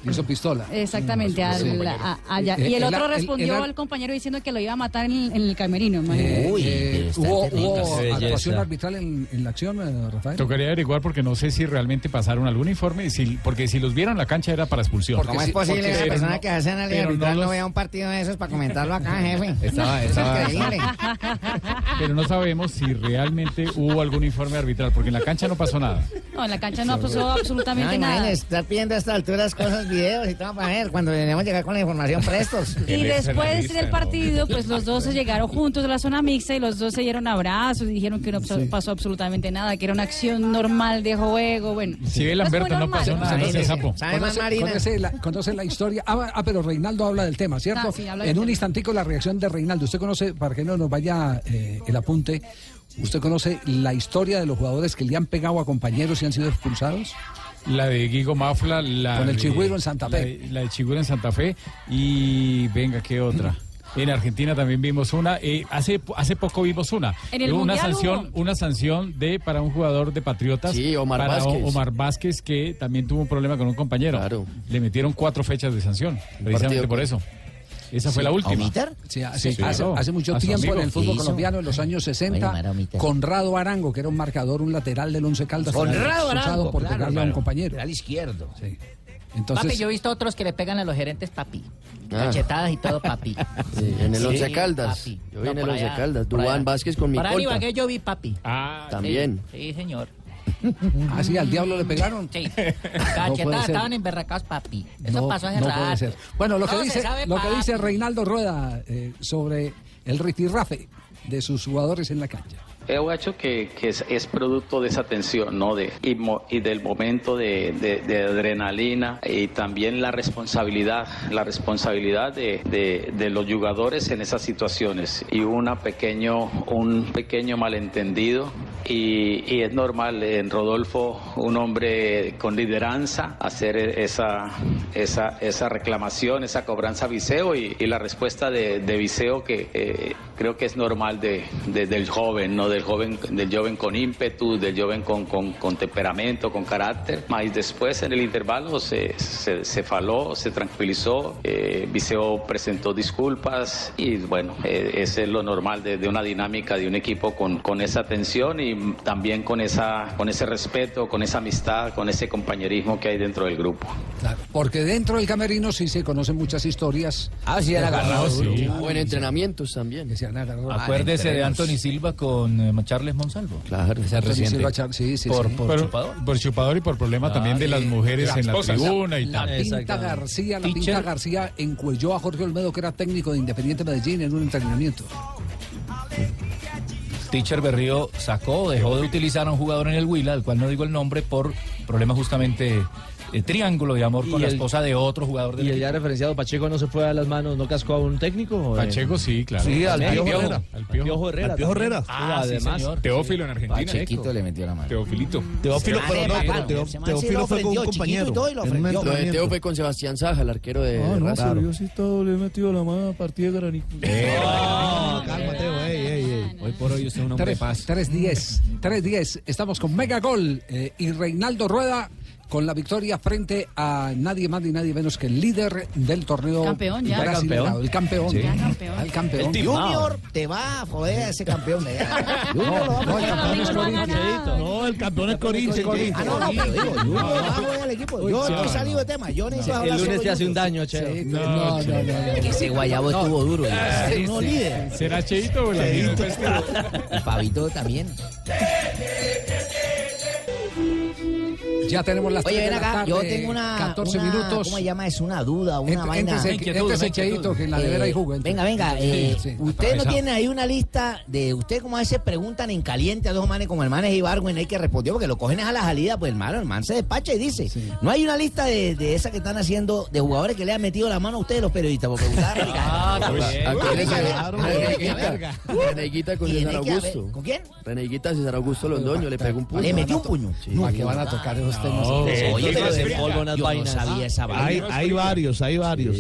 Speaker 6: Hizo pistola.
Speaker 4: Mm,
Speaker 25: Exactamente,
Speaker 6: Sí.
Speaker 25: al- a- allá.
Speaker 6: Eh,
Speaker 25: Y el
Speaker 6: eh,
Speaker 25: otro
Speaker 6: el- el-
Speaker 25: respondió
Speaker 6: el-
Speaker 25: al compañero diciendo que lo iba a matar en el, en el camerino.
Speaker 6: Eh,
Speaker 25: imagínate.
Speaker 6: eh, hubo hubo
Speaker 12: Qué belleza.
Speaker 6: actuación arbitral en, en la acción, eh, Rafael.
Speaker 12: Tocaría averiguar porque no sé si realmente pasaron algún informe, si, porque si los vieron en la cancha era para expulsión.
Speaker 6: Porque
Speaker 7: ¿Cómo es posible que una persona que hace análisis
Speaker 12: pero no
Speaker 7: arbitral no,
Speaker 12: los-
Speaker 7: vea un partido de esos para comentarlo acá, jefe?
Speaker 12: Estaba-
Speaker 7: Eso
Speaker 12: estaba-
Speaker 7: es increíble.
Speaker 12: Pero no sabemos si realmente hubo algún informe arbitral, porque en la cancha no pasó nada.
Speaker 25: No, en la cancha no pasó absolutamente
Speaker 7: No,
Speaker 25: nada.
Speaker 7: imagínese, estar pidiendo a estas alturas cosas, videos y todo para ver cuando debemos llegar con la información prestos.
Speaker 25: Y después del partido, pues los dos se llegaron juntos a la zona mixta y los dos se dieron abrazos y dijeron que no abso- pasó absolutamente nada, que era una acción normal de juego, bueno.
Speaker 12: Si ve
Speaker 25: Pues muy
Speaker 12: Lamberto, no
Speaker 25: normal.
Speaker 12: pasó nada. Entonces, sapo.
Speaker 6: Ah, eh, Conoce, conoce la, conoce la historia. Ah, ah, pero Reinaldo habla del tema, ¿cierto?
Speaker 25: Ah, sí, habla del
Speaker 6: en un
Speaker 25: tema.
Speaker 6: instantico la reacción de Reinaldo. Usted conoce, para que no nos vaya eh, el apunte, ¿usted conoce la historia de los jugadores que le han pegado a compañeros y han sido expulsados?
Speaker 12: La de Guigo Mafla, la
Speaker 6: Con el
Speaker 12: de-
Speaker 6: Chigüiro en Santa
Speaker 12: la
Speaker 6: Fe.
Speaker 12: de- La, de Chigüiro en Santa Fe y venga, ¿qué otra? En Argentina también vimos una, eh, hace, po- hace poco vimos una,
Speaker 6: En el
Speaker 12: Hubo una
Speaker 6: Mundial
Speaker 12: sanción, una sanción de para un jugador de Patriotas,
Speaker 15: Sí, Omar
Speaker 12: para o-
Speaker 15: Vázquez.
Speaker 12: Omar Vázquez que también tuvo un problema con un compañero, le metieron cuatro fechas de sanción, precisamente
Speaker 15: partido
Speaker 12: por
Speaker 15: con-
Speaker 12: eso. Esa fue
Speaker 15: Sí,
Speaker 12: la
Speaker 15: ¿a
Speaker 12: última.
Speaker 15: Omitar?
Speaker 6: Sí, hace,
Speaker 12: claro.
Speaker 6: hace- hace mucho
Speaker 12: A su
Speaker 6: tiempo en
Speaker 12: amigo.
Speaker 6: el fútbol
Speaker 12: ¿Qué hizo?
Speaker 6: colombiano, en los años 60, Conrado Arango, que era un marcador, un lateral del Once Caldas,
Speaker 28: Conrado
Speaker 6: expulsado
Speaker 28: Arango,
Speaker 6: por
Speaker 28: claro,
Speaker 6: pegarle a un
Speaker 28: claro.
Speaker 6: compañero.
Speaker 28: Al izquierdo.
Speaker 6: Entonces,
Speaker 28: papi, yo he visto otros que le pegan a los gerentes, papi.
Speaker 15: Ah.
Speaker 28: Cachetadas y todo, papi.
Speaker 15: Sí, en el
Speaker 28: Sí,
Speaker 15: Once Caldas.
Speaker 28: papi.
Speaker 15: Yo vi en el
Speaker 28: No, por
Speaker 15: Once
Speaker 28: allá,
Speaker 15: Caldas.
Speaker 28: por
Speaker 15: Dubán
Speaker 28: allá.
Speaker 15: Vázquez con mi
Speaker 28: Para
Speaker 15: colta.
Speaker 28: Ibagué yo vi, papi.
Speaker 15: Ah, también.
Speaker 28: Sí, sí, señor.
Speaker 6: Ah, sí, al diablo le pegaron.
Speaker 28: Sí.
Speaker 6: puede ser.
Speaker 28: Cachetadas, estaban emberracados, papi. Eso
Speaker 6: No,
Speaker 28: pasó hace
Speaker 6: no
Speaker 28: rato.
Speaker 6: puede ser. Bueno, lo que,
Speaker 28: No se
Speaker 6: dice,
Speaker 28: sabe,
Speaker 6: lo que
Speaker 28: papi.
Speaker 6: dice Reinaldo Rueda eh, sobre el ritirrafe de sus jugadores en la cancha.
Speaker 11: Es un hecho Eh, que, que es, es producto de esa tensión, ¿no? De, y, mo- y del momento de, de- de adrenalina y también la responsabilidad, la responsabilidad de, de- de los jugadores en esas situaciones. Y una pequeño, un pequeño malentendido y, y es normal en Rodolfo, un hombre con lideranza, hacer esa, esa, esa reclamación, esa cobranza a Viseo y, y la respuesta de, de Viseo que eh, creo que es normal de, de- del joven, ¿no? Del joven, del joven con ímpetu, del joven con, con, con temperamento, con carácter. Mas después en el intervalo se, se, se faló, se tranquilizó, eh, Viseo presentó disculpas y bueno, eh, ese es lo normal de, de una dinámica de un equipo con, con esa tensión y también con, esa, con ese respeto, con esa amistad, con ese compañerismo que hay dentro del grupo.
Speaker 6: Porque dentro del camerino sí se conocen muchas historias.
Speaker 29: Ah, sí, han
Speaker 6: De
Speaker 29: agarrado.
Speaker 6: jugadores,
Speaker 29: sí.
Speaker 6: ¿no?
Speaker 29: O en entrenamientos también.
Speaker 6: Que se han agarrado.
Speaker 29: Ah,
Speaker 4: Acuérdese de Anthony Silva con eh, Charles Monsalvo. Claro, esa
Speaker 12: Anthony
Speaker 4: reciente.
Speaker 12: Silva,
Speaker 6: Char- sí, sí,
Speaker 4: por,
Speaker 6: sí.
Speaker 4: por
Speaker 12: Pero-
Speaker 4: chupador. Ah,
Speaker 12: Por chupador y por problema también de las mujeres en la tribuna y
Speaker 6: la
Speaker 12: tal.
Speaker 6: Pinta García, la Pinta García encuelló a Jorge Olmedo, que era técnico de Independiente Medellín, en un entrenamiento.
Speaker 4: Teacher Berrío sacó, dejó de utilizar a un jugador en el Huila, al cual no digo el nombre, por problemas justamente de triángulo de amor con
Speaker 9: Y
Speaker 4: la
Speaker 9: el-
Speaker 4: esposa de otro jugador del
Speaker 9: Y el
Speaker 4: equipo.
Speaker 9: ya referenciado Pacheco no se fue a las manos, no cascó a un técnico.
Speaker 4: Pacheco sí, claro.
Speaker 9: Sí, al
Speaker 4: También,
Speaker 9: Piojo
Speaker 4: Piojo.
Speaker 9: Herrera. Al Piojo Herrera.
Speaker 4: Al Piojo
Speaker 9: también.
Speaker 4: Herrera.
Speaker 9: Ah,
Speaker 4: Ah, sí,
Speaker 9: además.
Speaker 4: señor. Teófilo en Argentina.
Speaker 9: Pachequito
Speaker 30: le metió la mano.
Speaker 14: Teofilito.
Speaker 29: Ah,
Speaker 30: Teófilo, pero no, pero Teo-
Speaker 29: Ese man
Speaker 30: Teófilo
Speaker 29: sí lo
Speaker 30: fue con un
Speaker 29: ofendió, chiquito
Speaker 30: compañero,
Speaker 29: y todo, y
Speaker 30: en
Speaker 29: lo
Speaker 30: un
Speaker 29: ofendió. Lo de
Speaker 30: entrenamiento.
Speaker 29: Teo fue con Sebastián Saja, el arquero de,
Speaker 30: Ah,
Speaker 29: de
Speaker 30: no,
Speaker 29: Racing.
Speaker 30: pero
Speaker 29: sí le he metido la mano a partida de Granico.
Speaker 30: Eh.
Speaker 6: Cálmate,
Speaker 4: Hoy por hoy usted es un hombre de paz.
Speaker 6: 3-10. 3-10. Estamos con Mega Gol eh, y Reinaldo Rueda con la victoria frente a nadie más ni nadie menos que el líder del torneo.
Speaker 30: Campeón, ya.
Speaker 6: brasileño, El campeón.
Speaker 30: Sí. Ya
Speaker 6: Al campeón.
Speaker 30: Junior te va a joder a ese campeón
Speaker 7: ¿eh?
Speaker 30: de allá. Junior lo va a
Speaker 6: no,
Speaker 30: joder.
Speaker 6: el campeón es Corinthians.
Speaker 8: No, el campeón es Corinthians.
Speaker 30: Ah, no, no, pero digo, Junior va a joder al equipo. Yo estoy salido de tema. Yo necesito hablar
Speaker 9: El
Speaker 30: solo
Speaker 9: lunes te
Speaker 30: de
Speaker 9: hace un
Speaker 30: Junior.
Speaker 9: daño, Cheo.
Speaker 30: Sí, no, no, no, no.
Speaker 7: Ese guayabo estuvo duro.
Speaker 9: Ah,
Speaker 30: Ese no líder.
Speaker 12: ¿Será Cheito pues? o la
Speaker 7: Pavito también.
Speaker 6: Ya tenemos las
Speaker 7: Oye,
Speaker 6: tres
Speaker 7: ven
Speaker 6: de la
Speaker 7: acá,
Speaker 6: tarde,
Speaker 7: yo tengo una.
Speaker 6: 14
Speaker 7: una-
Speaker 6: minutos. Este,
Speaker 7: ¿Cómo se llama? Es una duda, una
Speaker 6: Ent-
Speaker 7: vaina.
Speaker 6: éntese, Inquietud, éntese, una inquietud. Cheito, que en la nevera hay jugo,
Speaker 7: Venga,
Speaker 6: entonces.
Speaker 7: venga. eh,
Speaker 6: Sí, sí,
Speaker 7: usted no
Speaker 6: atravesado.
Speaker 7: tiene ahí una lista de. Usted, como a veces preguntan en caliente a dos manes como el manes Ibargüen, hay que responder porque lo cogen es a la salida. Pues hermano, el man se despacha y dice: No hay una lista de, de esa que están haciendo de jugadores que le han metido la mano a ustedes, los periodistas, porque ustedes.
Speaker 29: Pues, Reneguita Reneguita con
Speaker 7: Y
Speaker 29: César
Speaker 7: tiene que haber-
Speaker 29: Augusto.
Speaker 7: ¿Con quién?
Speaker 29: Reneguita César Augusto Londoño le pegó un puño.
Speaker 7: Le metió un puño.
Speaker 29: ¿Para
Speaker 7: qué van a
Speaker 6: tocar
Speaker 7: esos
Speaker 29: temas?
Speaker 7: Oye, pero
Speaker 29: se
Speaker 7: ese- yo no sabía esa vaina.
Speaker 8: Hay, hay varios, hay varios.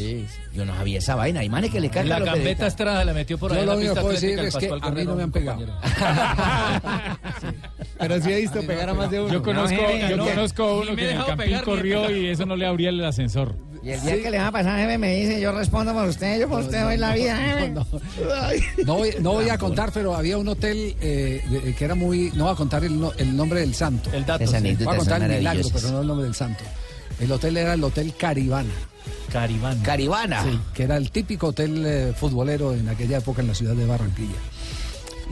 Speaker 7: Yo no sabía esa vaina. Hay manes que le cargan
Speaker 4: La
Speaker 7: los
Speaker 4: gambeta
Speaker 7: periodistas.
Speaker 4: Estrada la metió por
Speaker 6: Yo
Speaker 4: ahí. en
Speaker 6: lo
Speaker 4: la
Speaker 6: único que
Speaker 4: pista
Speaker 27: pues,
Speaker 6: puedo decir
Speaker 4: atlética, el
Speaker 6: Pues es que
Speaker 4: Pascual
Speaker 6: a mí
Speaker 4: Guerrero,
Speaker 6: no me han
Speaker 4: un
Speaker 6: pegado.
Speaker 4: compañero.
Speaker 6: Pero sí he visto
Speaker 4: pegar a más de uno.
Speaker 12: Yo conozco,
Speaker 4: No, jefe,
Speaker 12: yo
Speaker 4: no.
Speaker 12: conozco a uno
Speaker 4: Ni me he
Speaker 12: que en el
Speaker 4: dejado
Speaker 12: Campín
Speaker 4: pegar, ni me he
Speaker 12: corrió
Speaker 4: pegado.
Speaker 12: y eso no le abría el ascensor.
Speaker 27: Y el día que le va a pasar, jefe, me dice, yo respondo por usted, yo por usted doy la vida, jefe.
Speaker 6: No voy, no voy a contar, pero había un hotel eh, de- que era muy. No voy a contar el, no- el nombre del santo. El
Speaker 7: dato,
Speaker 6: Voy
Speaker 7: Esas
Speaker 6: a
Speaker 7: anécdotas
Speaker 6: contar
Speaker 7: son
Speaker 6: el milagro,
Speaker 7: maravillosas.
Speaker 6: pero no el nombre del santo. El hotel era el Hotel Caribana.
Speaker 4: Caribana.
Speaker 7: Caribana.
Speaker 6: Sí, que era el típico hotel eh, futbolero en aquella época en la ciudad de Barranquilla.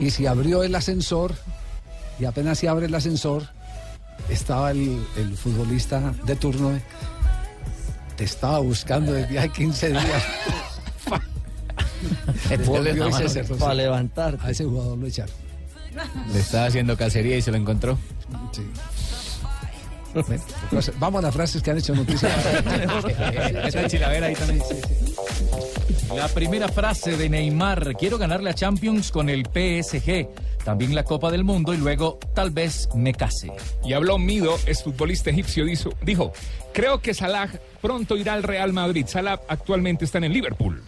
Speaker 6: Y se abrió el ascensor, y apenas se abre el ascensor, estaba el, el futbolista de turno. eh, Te estaba buscando desde hace 15 días. Volvió y se cerró.
Speaker 9: Para levantarte.
Speaker 6: A ese jugador lo echaron.
Speaker 4: Le estaba haciendo cacería y se lo encontró.
Speaker 6: Sí. Entonces, vamos a las frases que han hecho noticias.
Speaker 4: Esta chilavera ahí también. La primera frase de Neymar, quiero ganar la Champions con el PSG, también la Copa del Mundo y luego tal vez me case.
Speaker 14: Y habló Mido, es futbolista egipcio, dijo, dijo, creo que Salah pronto irá al Real Madrid. Salah actualmente está en el Liverpool.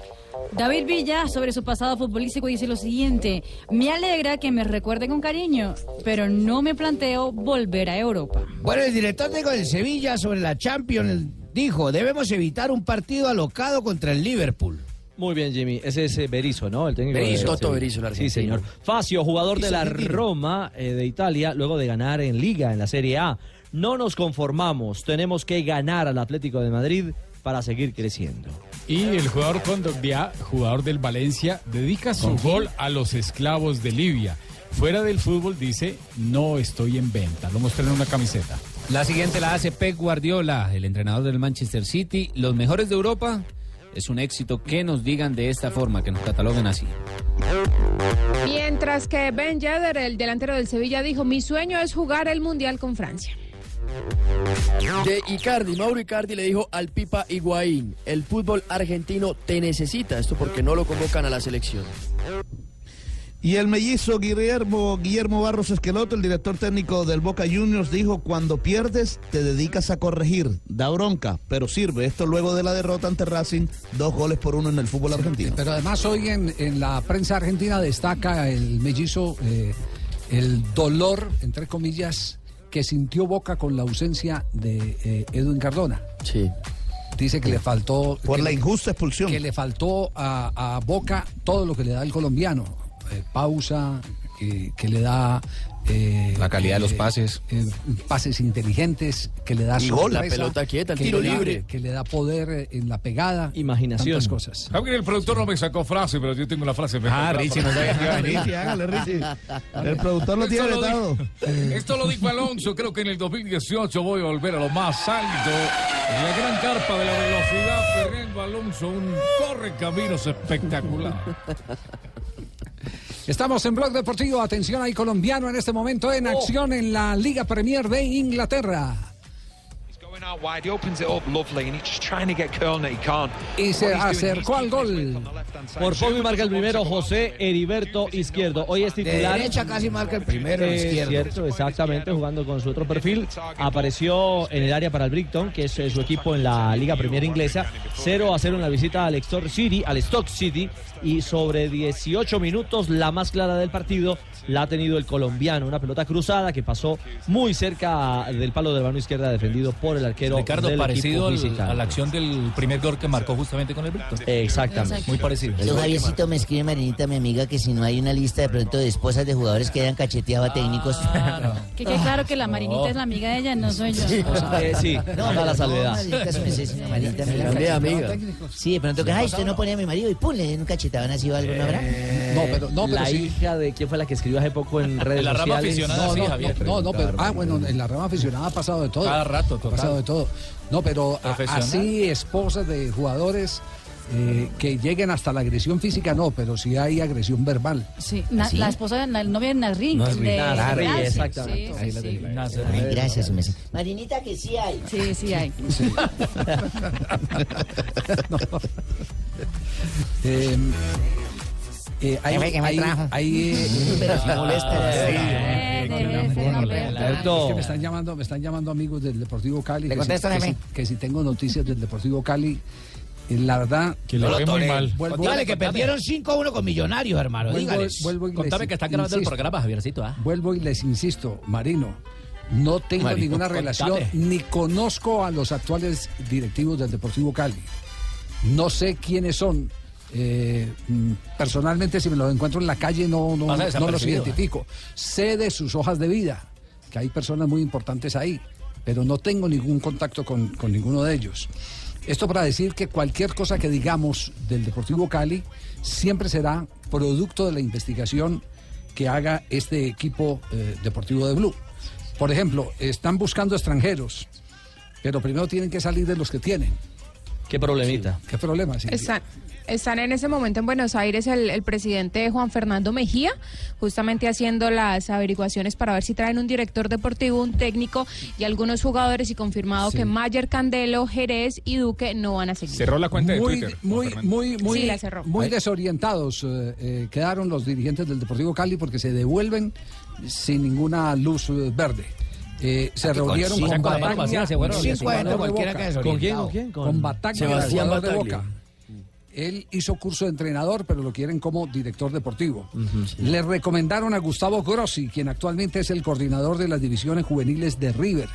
Speaker 25: David Villa, sobre su pasado futbolístico, dice lo siguiente: Me alegra que me recuerde con cariño, pero no me planteo volver a Europa.
Speaker 30: Bueno, el director técnico del Sevilla sobre la Champions dijo, debemos evitar un partido alocado contra el Liverpool.
Speaker 9: Muy bien, Jimmy. Ese es eh, Berizzo, ¿no? El técnico.
Speaker 29: Berizzo,
Speaker 9: de-
Speaker 29: Toto
Speaker 9: sí.
Speaker 29: Berizzo, el
Speaker 9: Sí,
Speaker 29: argentino.
Speaker 9: señor. Facio, jugador de la Roma eh, de Italia, luego de ganar en Liga, en la Serie A. No nos conformamos. Tenemos que ganar al Atlético de Madrid para seguir creciendo.
Speaker 12: Y el jugador Kondogbia, jugador del Valencia, dedica su gol a los esclavos de Libia. Fuera del fútbol dice, no estoy en venta. Lo mostré en una camiseta.
Speaker 29: La siguiente la hace Pep Guardiola, el entrenador del Manchester City. Los mejores de Europa. Es un éxito que nos digan de esta forma, que nos cataloguen así.
Speaker 10: Mientras que Ben Yedder, el delantero del Sevilla, dijo, mi sueño es jugar el Mundial con Francia.
Speaker 29: De Icardi, Mauro Icardi le dijo al Pipa Higuaín, el fútbol argentino te necesita, esto porque no lo convocan a la selección.
Speaker 8: Y el mellizo Guillermo, Guillermo Barros Esqueloto, el director técnico del Boca Juniors, dijo, cuando pierdes te dedicas a corregir, da bronca, pero sirve. Esto luego de la derrota ante Racing, dos goles por uno en el fútbol argentino.
Speaker 6: Pero además hoy en, en la prensa argentina destaca el mellizo, eh, el dolor, entre comillas, que sintió Boca con la ausencia de eh, Edwin Cardona.
Speaker 8: Sí.
Speaker 6: Dice que le faltó...
Speaker 8: Por
Speaker 6: que
Speaker 8: la
Speaker 6: le-
Speaker 8: injusta expulsión.
Speaker 6: Que le faltó a, a Boca todo lo que le da el colombiano. Eh, pausa, que, que le da... eh,
Speaker 1: La calidad de los
Speaker 6: eh,
Speaker 1: pases.
Speaker 6: eh, pases inteligentes, que le da
Speaker 1: Y gol, la
Speaker 6: sorpresa,
Speaker 1: pelota quieta, el
Speaker 6: que
Speaker 1: tiro
Speaker 6: le da-
Speaker 1: libre.
Speaker 6: Que le da poder eh, en la pegada. Imaginación. Tantas cosas.
Speaker 26: Ah, porque el productor no me sacó frase, pero yo tengo la frase.
Speaker 6: Ah, Richie, no sabía que iba a venir.
Speaker 8: Richie, hágale, Richie. El productor lo tiene
Speaker 26: Esto di-
Speaker 8: vetado.
Speaker 26: Esto lo dijo Alonso, creo que en el 2018 voy a volver a lo más alto. En la gran carpa de la velocidad, Fernando Alonso, un corre caminos espectacular.
Speaker 7: Ah,
Speaker 6: Estamos en Blog Deportivo. Atención, hay colombiano en este momento en
Speaker 9: Oh.
Speaker 6: acción en la Liga Premier de Inglaterra.
Speaker 15: Going out wide, he opens it up lovely, and he's just trying to get curl and he can't.
Speaker 6: Y se
Speaker 15: What he's doing, he's
Speaker 6: acercó al gol.
Speaker 9: Por poco y marca el primero José Heriberto Izquierdo. Hoy es titular.
Speaker 27: derecha casi marca el primero,
Speaker 9: Es
Speaker 27: izquierdo.
Speaker 9: cierto, exactamente, jugando con su otro perfil. Apareció en el área para el Brighton, que es eh, su equipo en la Liga Premier Inglesa. 0 a 0 en la visita al Stock City, al Stock City. Y sobre 18 minutos, la más clara del partido la ha tenido el colombiano. Una pelota cruzada que pasó muy cerca del palo de la mano izquierda, defendido por el arquero.
Speaker 4: Ricardo,
Speaker 9: del
Speaker 4: parecido
Speaker 9: equipo
Speaker 4: al-
Speaker 9: visitante.
Speaker 4: a la acción del primer gol que marcó justamente con el Brighton.
Speaker 9: Exactamente.
Speaker 4: Muy parecido.
Speaker 17: Yo, Javiercito, me escribe Marinita, mi amiga, que si no hay una lista de pronto de esposas de jugadores que hayan cacheteado a técnicos.
Speaker 25: Que quede claro que la Marinita es la amiga de ella, no soy yo.
Speaker 9: Eh, sí,
Speaker 17: No,
Speaker 9: a la salvedad.
Speaker 17: Marinita es una asesina, Marinita,
Speaker 9: Grande
Speaker 17: mira.
Speaker 9: amiga.
Speaker 17: Sí, de pronto que, ay, usted no ponía a mi marido y pum, le den un cachetado, ¿no ha sido algo, no habrá?
Speaker 6: No, pero- no, pero
Speaker 9: Eh, la
Speaker 6: sí.
Speaker 9: hija de quién fue la que escribió hace poco en redes
Speaker 6: La
Speaker 9: sociales.
Speaker 6: rama aficionada, No, sí, no, Javier. no, no, pero- ah, bueno, en la rama aficionada ha pasado de todo.
Speaker 9: Cada rato,
Speaker 6: Ha
Speaker 9: total.
Speaker 6: pasado de todo. No, pero a-
Speaker 9: Profesional.
Speaker 6: así esposas de jugadores eh, que lleguen hasta la agresión física, no, pero sí hay agresión verbal.
Speaker 25: Sí, na-
Speaker 6: ¿Sí?
Speaker 25: La esposa, la novia de Nasrin.
Speaker 6: Nasrin.
Speaker 25: de-
Speaker 6: Nasrin,
Speaker 25: Gracias,
Speaker 6: exactamente.
Speaker 25: sí,
Speaker 6: Ahí
Speaker 25: sí,
Speaker 6: la
Speaker 25: sí.
Speaker 6: tenemos.
Speaker 17: Ay, gracias, su merced. Marinita, que sí hay.
Speaker 25: Sí, sí hay.
Speaker 6: Eh, eh, hay,
Speaker 17: Que me- que me
Speaker 6: hay-
Speaker 17: trajo.
Speaker 6: hay, eh,
Speaker 17: Pero si molesta,
Speaker 6: Ah,
Speaker 17: sí.
Speaker 6: sí.
Speaker 17: Eh, debe ser, hombre.
Speaker 6: Es que me están llamando, me están llamando amigos del Deportivo Cali. que
Speaker 17: Le
Speaker 6: si-
Speaker 17: contestan a
Speaker 6: que
Speaker 17: mí.
Speaker 6: si- que si tengo noticias del Deportivo Cali, eh, la verdad
Speaker 17: Que le No lo fue muy tolero. mal.
Speaker 6: Vuelvo-
Speaker 17: Dígale que perdieron
Speaker 6: 5-1 con
Speaker 17: Millonarios, hermano,
Speaker 6: Vuelvo,
Speaker 17: dígales.
Speaker 6: vuelvo y
Speaker 17: Contame
Speaker 6: les
Speaker 17: que está grabando el
Speaker 6: insisto.
Speaker 17: programa, Javiercito, ¿ah?
Speaker 6: Vuelvo y les insisto, Marino, no tengo
Speaker 17: Marino,
Speaker 6: ninguna
Speaker 17: contame.
Speaker 6: relación ni conozco a los actuales directivos del Deportivo Cali. No sé quiénes son. Eh, mm, personalmente, si me los encuentro en la calle, no, no,
Speaker 4: Pasa
Speaker 6: no los
Speaker 4: desapercibido.
Speaker 6: identifico. Sé de sus hojas de vida, que hay personas muy importantes ahí, pero no tengo ningún contacto con, con ninguno de ellos. Esto para decir que cualquier cosa que digamos del Deportivo Cali siempre será producto de la investigación que haga este equipo eh, deportivo de Blue. Por ejemplo, están buscando extranjeros, pero primero tienen que salir de los que tienen.
Speaker 9: Qué problemita.
Speaker 6: ¿Qué problema? sí.
Speaker 10: Están, están en ese momento en Buenos Aires el, el presidente Juan Fernando Mejía, justamente haciendo las averiguaciones para ver si traen un director deportivo, un técnico y algunos jugadores y confirmado
Speaker 6: Sí.
Speaker 10: que Mayer, Candelo, Jerez y Duque no van a seguir.
Speaker 6: muy, Muy, muy, muy,
Speaker 10: Sí, la cerró.
Speaker 6: muy
Speaker 10: Ahí.
Speaker 6: desorientados eh, eh, quedaron los dirigentes del Deportivo Cali porque se devuelven sin ninguna luz eh, verde. Eh, se
Speaker 9: Ah, que con
Speaker 6: reunieron
Speaker 9: cinco
Speaker 6: con,
Speaker 9: adentro,
Speaker 6: Bataglia,
Speaker 9: vacía, se fueron.
Speaker 6: con
Speaker 9: Cinco adentro,
Speaker 6: jugador de
Speaker 9: cualquiera
Speaker 6: Boca.
Speaker 9: que desorientado. ¿Con quién, con quién?
Speaker 6: Con
Speaker 9: Con
Speaker 6: Bataglia,
Speaker 9: Sebastián
Speaker 6: jugador de
Speaker 9: Bataglia.
Speaker 6: Boca. Él hizo curso de entrenador, pero lo quieren como director deportivo. Le recomendaron a Gustavo Grossi, quien actualmente es el coordinador de las divisiones juveniles de River.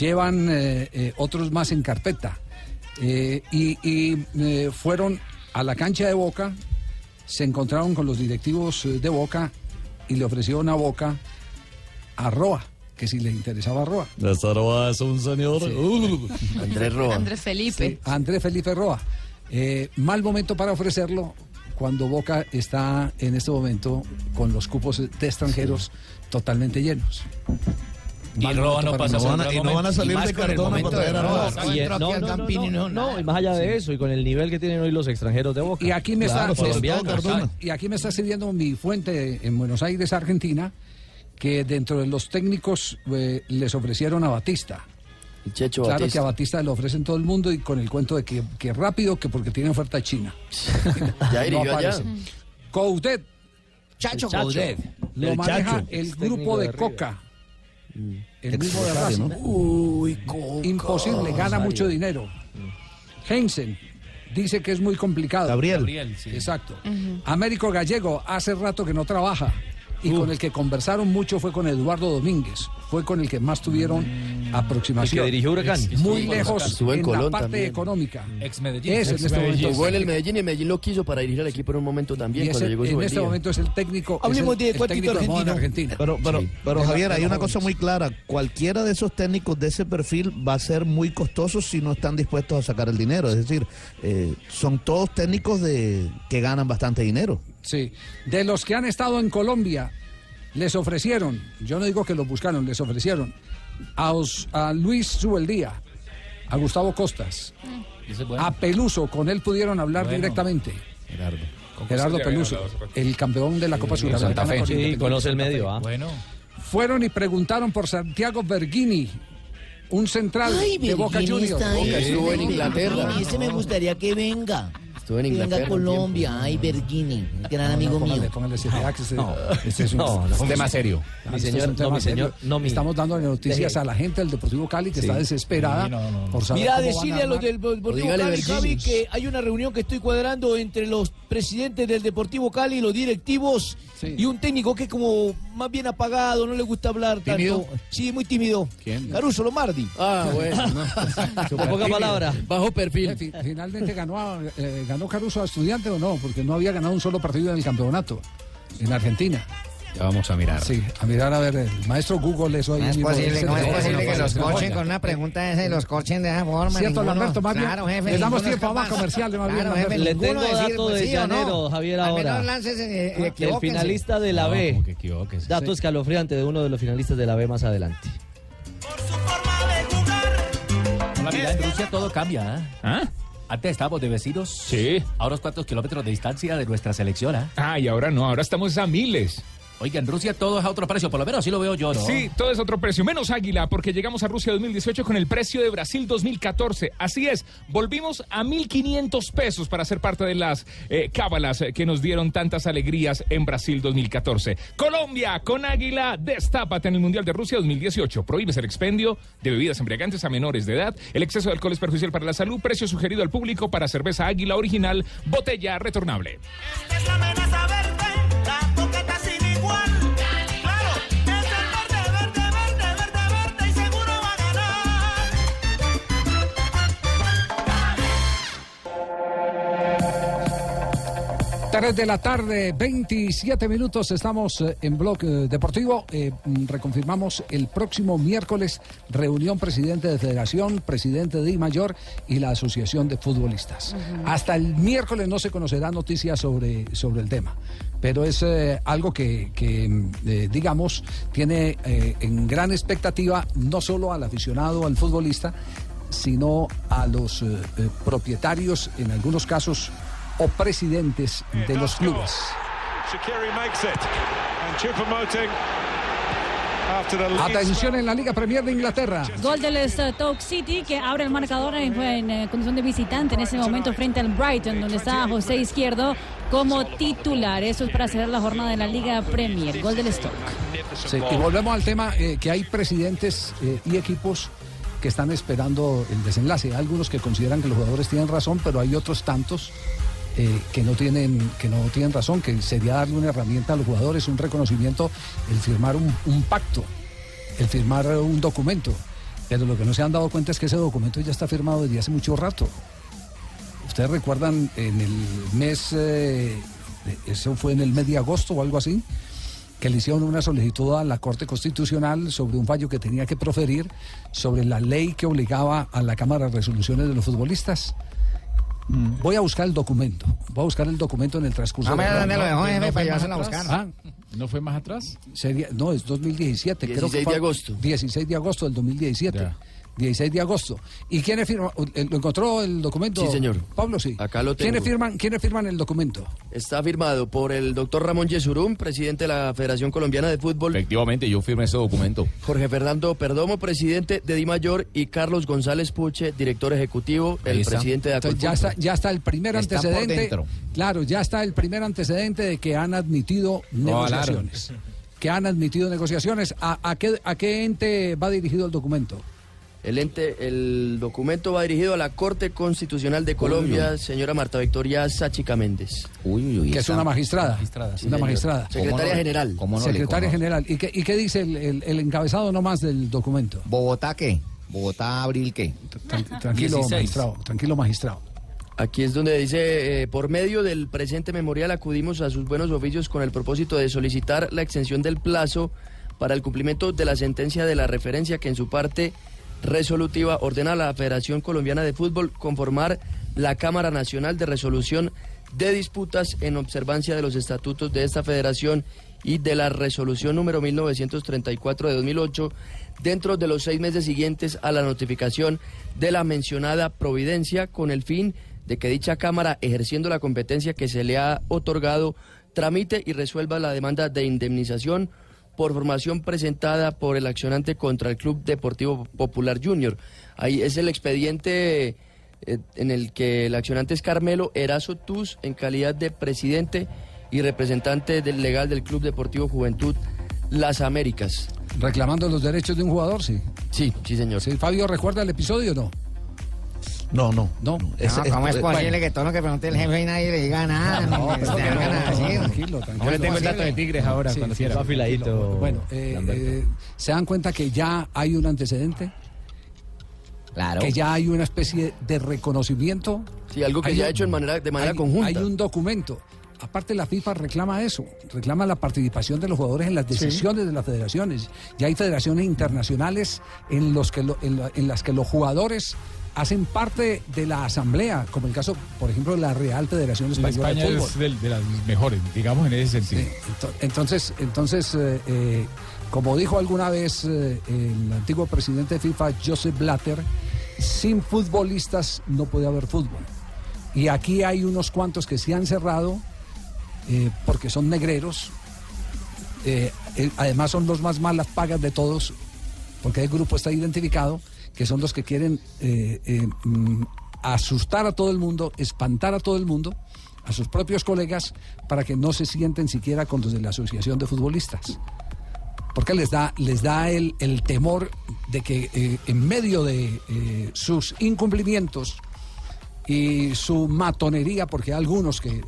Speaker 6: Llevan eh, eh, otros más en carpeta. Eh, y y, eh, fueron a la cancha de Boca, se encontraron con los directivos eh, de Boca y le ofrecieron a Boca a Roa, que si le interesaba a Roa.
Speaker 31: Las es un señor. Uh.
Speaker 6: Andrés Roa. Andrés
Speaker 10: Felipe.
Speaker 6: a pues, Andrés Felipe Roa. Eh, mal momento para ofrecerlo cuando Boca está en este momento con los cupos de extranjeros totalmente llenos.
Speaker 4: Y
Speaker 6: Mal
Speaker 4: Roa
Speaker 6: momento
Speaker 4: no
Speaker 6: para
Speaker 4: pasa
Speaker 6: nosotros.
Speaker 4: por el momento.
Speaker 9: Y en- no, no, no, no, no, y más allá de eso, y con el nivel que tienen hoy los extranjeros de Boca.
Speaker 6: Y aquí me
Speaker 9: Claro,
Speaker 6: está
Speaker 9: colombianos.
Speaker 6: y aquí me está sirviendo mi fuente en Buenos Aires, Argentina, que dentro de los técnicos eh, les ofrecieron a Batista.
Speaker 13: Checho
Speaker 6: claro
Speaker 13: Batista.
Speaker 6: que a Batista le ofrecen todo el mundo y con el cuento de que, que rápido, que porque tiene oferta china.
Speaker 13: Ya dirigió allá.
Speaker 6: aparece. Coudet
Speaker 27: Chacho
Speaker 6: El Chacho.
Speaker 27: Coudet.
Speaker 6: Lo
Speaker 27: El
Speaker 6: maneja
Speaker 27: Chacho.
Speaker 6: el
Speaker 27: Técnico
Speaker 6: grupo de, Mm.
Speaker 27: de River.
Speaker 6: Coca. El mismo de
Speaker 27: Explotable,
Speaker 6: Racing.
Speaker 27: ¿no?
Speaker 6: Uy, Mm. Imposible, gana
Speaker 27: Rosario.
Speaker 6: mucho dinero. Heinsen dice que es muy complicado.
Speaker 8: Gabriel.
Speaker 6: Exacto. Américo Gallego hace rato que no trabaja. Y con el que conversaron mucho fue con Eduardo Domínguez. Fue con el que más tuvieron aproximación.
Speaker 9: El que dirigió Huracán.
Speaker 6: Muy
Speaker 9: Estuvo en
Speaker 6: lejos
Speaker 9: Estuvo en
Speaker 6: en la
Speaker 9: Colón
Speaker 6: parte
Speaker 9: también.
Speaker 6: económica.
Speaker 4: Ex Medellín.
Speaker 6: Es en este momento.
Speaker 29: Jugó en el Medellín y el Medellín lo quiso para dirigir al equipo en un momento también
Speaker 6: Y es
Speaker 29: cuando
Speaker 6: el-
Speaker 29: llegó su
Speaker 6: en este
Speaker 29: día.
Speaker 6: momento es el técnico. es
Speaker 29: Hablemos
Speaker 6: el-
Speaker 29: de
Speaker 6: el
Speaker 29: cuartito
Speaker 6: técnico de moda en
Speaker 8: argentino. Pero, pero,
Speaker 6: Sí.
Speaker 8: pero
Speaker 6: De
Speaker 8: Javier,
Speaker 6: la- de
Speaker 8: hay
Speaker 6: los
Speaker 8: una cosa
Speaker 6: jóvenes.
Speaker 8: muy clara. Cualquiera de esos técnicos de ese perfil va a ser muy costoso si no están dispuestos a sacar el dinero. Es decir, eh, son todos técnicos de que ganan bastante dinero.
Speaker 6: Sí. De los que han estado en Colombia, les ofrecieron, yo no digo que los buscaron, les ofrecieron a, Os- a Luis Subeldía, a Gustavo Costas, a
Speaker 4: Ah.
Speaker 6: Peluso, con él pudieron hablar
Speaker 9: Bueno.
Speaker 6: directamente.
Speaker 9: Gerardo.
Speaker 6: Gerardo Peluso, el campeón de la
Speaker 4: Pues,
Speaker 6: Copa
Speaker 9: Sí,
Speaker 6: Suramericana. con
Speaker 9: Sí,
Speaker 6: Independiente
Speaker 9: conoce el
Speaker 6: Santa Fe.
Speaker 9: medio, ¿ah?
Speaker 6: Fueron y preguntaron por Santiago Berghini, un central
Speaker 17: Ay,
Speaker 6: de Boca
Speaker 17: Virginia
Speaker 6: Juniors.
Speaker 17: está ahí.
Speaker 29: estuvo en Inglaterra.
Speaker 17: Y ese me gustaría que venga.
Speaker 29: Estuvo en
Speaker 17: Que
Speaker 29: Inglaterra
Speaker 17: Venga a
Speaker 29: un
Speaker 17: Colombia. Ay, Bergini, gran amigo mío.
Speaker 6: No,
Speaker 9: ese es un- No, no, un tema serio. Mi
Speaker 6: este
Speaker 9: señor,
Speaker 6: es un tema
Speaker 9: no, mi
Speaker 6: serio.
Speaker 9: señor, no, mi-
Speaker 6: Estamos dando noticias
Speaker 9: Deje.
Speaker 6: a la gente del Deportivo Cali que
Speaker 9: Sí.
Speaker 6: está desesperada
Speaker 9: Sí, no, no, no.
Speaker 6: por saber
Speaker 13: Mira,
Speaker 6: cómo van
Speaker 13: decirle a los
Speaker 6: armar.
Speaker 13: del Deportivo Cali, Javi, que Eh, hay una reunión que estoy cuadrando entre los presidentes del Deportivo Cali, los directivos y un técnico que es como más bien apagado, no le gusta hablar
Speaker 29: ¿Tímido?
Speaker 13: tanto. Sí, muy tímido. Caruso Lomardi.
Speaker 29: Ah, bueno.
Speaker 6: Súper tímido.
Speaker 29: Bajo perfil.
Speaker 6: Fi- Finalmente ganó, a- eh, ganó Caruso a estudiante o no, porque no había ganado un solo partido en el campeonato en Argentina.
Speaker 1: Ya vamos a mirar.
Speaker 6: Sí, a mirar a ver, el maestro Google eso ahí.
Speaker 7: No Ah, es
Speaker 6: mismo.
Speaker 7: posible, ¿cómo es
Speaker 6: No,
Speaker 7: posible
Speaker 6: no,
Speaker 7: que
Speaker 6: no,
Speaker 7: los
Speaker 6: no, no,
Speaker 7: cochen
Speaker 6: no.
Speaker 7: con una pregunta esa y los cochen de esa forma?
Speaker 6: Cierto,
Speaker 7: Ninguno-
Speaker 6: Lamberto, más bien,
Speaker 7: Claro, jefe.
Speaker 6: le damos
Speaker 7: ninguno es
Speaker 6: tiempo a más
Speaker 7: capaz.
Speaker 6: comerciales, más bien,
Speaker 7: Claro, jefe,
Speaker 6: Lamberto.
Speaker 9: Le
Speaker 7: ninguno
Speaker 9: tengo
Speaker 7: decir,
Speaker 9: dato
Speaker 7: pues,
Speaker 9: de
Speaker 7: sí o no.
Speaker 9: Llanero, Javier,
Speaker 7: Al
Speaker 9: ahora.
Speaker 7: menos láncense, eh,
Speaker 9: El
Speaker 7: equivóquense.
Speaker 9: finalista de la
Speaker 7: No, pues.
Speaker 9: B.
Speaker 7: como
Speaker 9: Dato escalofriante de uno de los finalistas de la B más adelante.
Speaker 4: La vida en Rusia todo cambia, ¿eh? Antes estábamos de vecinos. Sí. A unos cuantos kilómetros de distancia de nuestra selección, ¿ah?
Speaker 14: Ah, y ahora no, ahora estamos a miles.
Speaker 4: Oiga, en Rusia todo es a otro precio, por lo menos así lo veo yo, ¿no?
Speaker 14: Sí, todo es otro precio, menos Águila, porque llegamos a Rusia 2018 con el precio de Brasil 2014. Así es, volvimos a 1.500 pesos para ser parte de las eh, cábalas eh, que nos dieron tantas alegrías en Brasil 2014. Colombia con Águila, destápate en el Mundial de Rusia 2018. Prohíbes el expendio de bebidas embriagantes a menores de edad. El exceso de alcohol es perjudicial para la salud. Precio sugerido al público para cerveza Águila original, botella retornable.
Speaker 6: Tres de la tarde, 27 minutos, estamos eh, en Blog eh, Deportivo. Eh, mm, reconfirmamos el próximo miércoles reunión presidente de Federación, presidente de I Mayor y la Asociación de Futbolistas.
Speaker 5: Ujú.
Speaker 6: Hasta el miércoles no se conocerá noticias sobre, sobre el tema, pero es eh, algo que, que, mm, eh, digamos, tiene eh, en gran expectativa no solo al aficionado, al futbolista, sino a los eh, eh, propietarios, en algunos casos, o presidentes de los clubes.
Speaker 32: Shakiri makes it. And Chupamoting after the lead.
Speaker 6: Atención en la Liga Premier de Inglaterra.
Speaker 25: Gol del este, Stoke City que abre el marcador en, en, eh, condición de visitante en ese momento frente al Brighton, donde está José Izquierdo como titular. Eso es para cerrar la jornada de la Liga Premier. Gol del Stoke.
Speaker 6: Sí, y volvemos al tema eh, que hay presidentes eh, y equipos que están esperando el desenlace. Hay algunos que consideran que los jugadores tienen razón, pero hay otros tantos eh, que no tienen que no tienen razón, que sería darle una herramienta a los jugadores, un reconocimiento, el firmar un, un pacto, el firmar eh, un documento. Pero lo que no se han dado cuenta es que ese documento ya está firmado desde hace mucho rato. Ustedes recuerdan en el mes, eh, eso fue en el mes de agosto o algo así, que le hicieron una solicitud a la Corte Constitucional sobre un fallo que tenía que proferir sobre la ley que obligaba a la Cámara de Resoluciones de los Futbolistas.
Speaker 7: Mm.
Speaker 6: Voy a buscar el documento. Voy a buscar el documento en el transcurso.
Speaker 7: No,
Speaker 6: de-
Speaker 7: mira dónde lo dejó,
Speaker 6: fue
Speaker 7: jefe, para
Speaker 6: más
Speaker 7: llevárselo a
Speaker 6: atrás.
Speaker 7: buscar.
Speaker 6: Ah, ¿No fue más atrás? Sería, no, es 2017. creo que
Speaker 32: 16 de
Speaker 6: fue-
Speaker 32: agosto.
Speaker 6: 16 de agosto del 2017. 16 de agosto. ¿Y quiénes firman? ¿Lo encontró el documento?
Speaker 29: Sí, señor.
Speaker 6: Pablo, sí.
Speaker 29: Acá lo tengo.
Speaker 6: ¿Quiénes firman, ¿Quiénes firman el documento?
Speaker 29: Está firmado por el doctor Ramón Yesurún, presidente de la Federación Colombiana de Fútbol.
Speaker 23: Efectivamente, yo firmé ese documento.
Speaker 29: Jorge Fernando Perdomo, presidente de Di Mayor, y Carlos González Puche, director ejecutivo,
Speaker 6: Ahí
Speaker 29: el
Speaker 6: está.
Speaker 29: presidente de
Speaker 6: Entonces, ya
Speaker 29: Acolpulco.
Speaker 6: está, ya está el primer
Speaker 29: Está por
Speaker 6: antecedente.
Speaker 29: dentro.
Speaker 6: Claro, ya está el primer antecedente de que han admitido negociaciones. Que han admitido negociaciones. ¿A, a qué, ¿A qué ente va dirigido el documento?
Speaker 29: El ente, el documento va dirigido a la Corte Constitucional de Colombia, señora Marta Victoria Sáchica Méndez.
Speaker 6: que es una magistrada.
Speaker 29: sí,
Speaker 6: una
Speaker 29: señor.
Speaker 6: magistrada.
Speaker 29: Secretaria General.
Speaker 6: Secretaria General. ¿Y qué, y qué dice el, el- el encabezado nomás del documento?
Speaker 27: ¿Bogotá qué? ¿Bogotá abril qué?
Speaker 6: Tranquilo, magistrado. Tranquilo, magistrado.
Speaker 29: Aquí es donde dice, eh, por medio del presente memorial acudimos a sus buenos oficios con el propósito de solicitar la extensión del plazo para el cumplimiento de la sentencia de la referencia que en su parte resolutiva ordena a la Federación Colombiana de Fútbol conformar la Cámara Nacional de Resolución de Disputas en observancia de los estatutos de esta federación y de la resolución número 1934 de 2008 dentro de los seis meses siguientes a la notificación de la mencionada providencia con el fin de que dicha Cámara, ejerciendo la competencia que se le ha otorgado, tramite y resuelva la demanda de indemnización por formación presentada por el accionante contra el Club Deportivo Popular Junior. Ahí es el expediente eh, en el que el accionante es Carmelo Erazo Tuz en calidad de presidente y representante del legal del Club Deportivo Juventud Las Américas.
Speaker 6: ¿Reclamando los derechos de un jugador? Sí.
Speaker 29: Sí, sí, señor.
Speaker 6: Fabio, ¿recuerda el episodio o no?
Speaker 8: No, eh, no.
Speaker 6: No,
Speaker 27: No, ¿Cómo es posible que todo lo que pregunte el jefe y nadie le diga nada? No, pues, no,
Speaker 6: Tranquilo, tranquilo. Ah,
Speaker 27: Ahora tengo el dato
Speaker 6: de
Speaker 27: Tigres ahora, cuando quiera.
Speaker 6: tranquilo.
Speaker 27: Afiladito,
Speaker 6: Bueno, eh,
Speaker 27: Lamberto.
Speaker 6: eh, ¿se dan cuenta que ya hay un antecedente?
Speaker 27: Claro.
Speaker 6: Que ya hay una especie de reconocimiento.
Speaker 29: Sí, algo que
Speaker 6: Hay
Speaker 29: ya
Speaker 6: un-
Speaker 29: ha hecho en manera, de manera
Speaker 6: hay-
Speaker 29: conjunta.
Speaker 6: Hay un documento. Aparte la FIFA reclama eso, reclama la participación de los jugadores en las decisiones de las federaciones. Ya hay federaciones internacionales en, los que lo- en, la- en las que los jugadores hacen parte de la asamblea, como el caso, por ejemplo, de la Real Federación
Speaker 12: La
Speaker 6: Española
Speaker 12: España
Speaker 6: de Fútbol.
Speaker 12: es del- de las mejores, digamos en ese sentido.
Speaker 6: Ento- Entonces, entonces eh, eh, como dijo alguna vez eh, el antiguo presidente de FIFA, Joseph Blatter, sin futbolistas no puede haber fútbol. Y aquí hay unos cuantos que se han cerrado eh, porque son negreros. Eh, eh, además son los más malas pagas de todos, porque el grupo está identificado, que son los que quieren eh, eh, mm, asustar a todo el mundo, espantar a todo el mundo, a sus propios colegas, para que no se sienten siquiera con los de la Asociación de Futbolistas. Porque les da, les da el, el temor de que eh, en medio de eh, sus incumplimientos y su matonería, porque algunos que eh,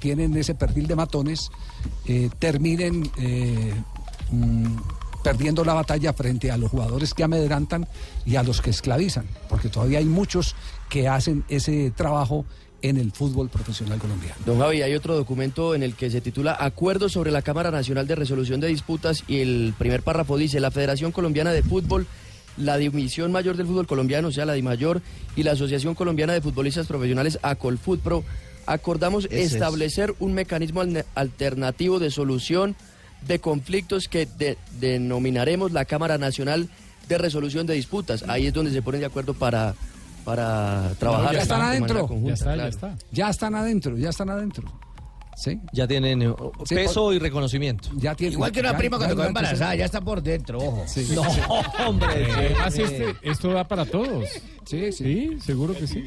Speaker 6: tienen ese perfil de matones, eh, terminen eh, mm, perdiendo la batalla frente a los jugadores que amedrantan y a los que esclavizan, porque todavía hay muchos que hacen ese trabajo en el fútbol profesional colombiano.
Speaker 29: Don Javi, hay otro documento en el que se titula Acuerdo sobre la Cámara Nacional de Resolución de Disputas y el primer párrafo dice la Federación Colombiana de Fútbol, la División Mayor del Fútbol Colombiano, o sea, la DIMAYOR, y la Asociación Colombiana de Futbolistas Profesionales, ACOLFUTPRO, acordamos
Speaker 27: Ese es.
Speaker 29: establecer un mecanismo alne- alternativo de solución de conflictos que de- denominaremos la Cámara Nacional de Resolución de Disputas. Ahí es donde se ponen de acuerdo para, para trabajar.
Speaker 6: ya están
Speaker 29: de manera
Speaker 6: adentro.
Speaker 29: conjunta, claro.
Speaker 6: Ya están adentro, ya están adentro. ¿Sí?
Speaker 9: Ya tienen eh, peso y reconocimiento.
Speaker 6: Ya tienen,
Speaker 9: Igual que una prima cuando quedó
Speaker 13: Ah,
Speaker 9: embarazada, ya está
Speaker 27: por dentro, ojo.
Speaker 9: No, hombre.
Speaker 12: Eh, además,
Speaker 9: sí.
Speaker 12: este- esto da para todos.
Speaker 6: Sí, sí.
Speaker 12: seguro que sí.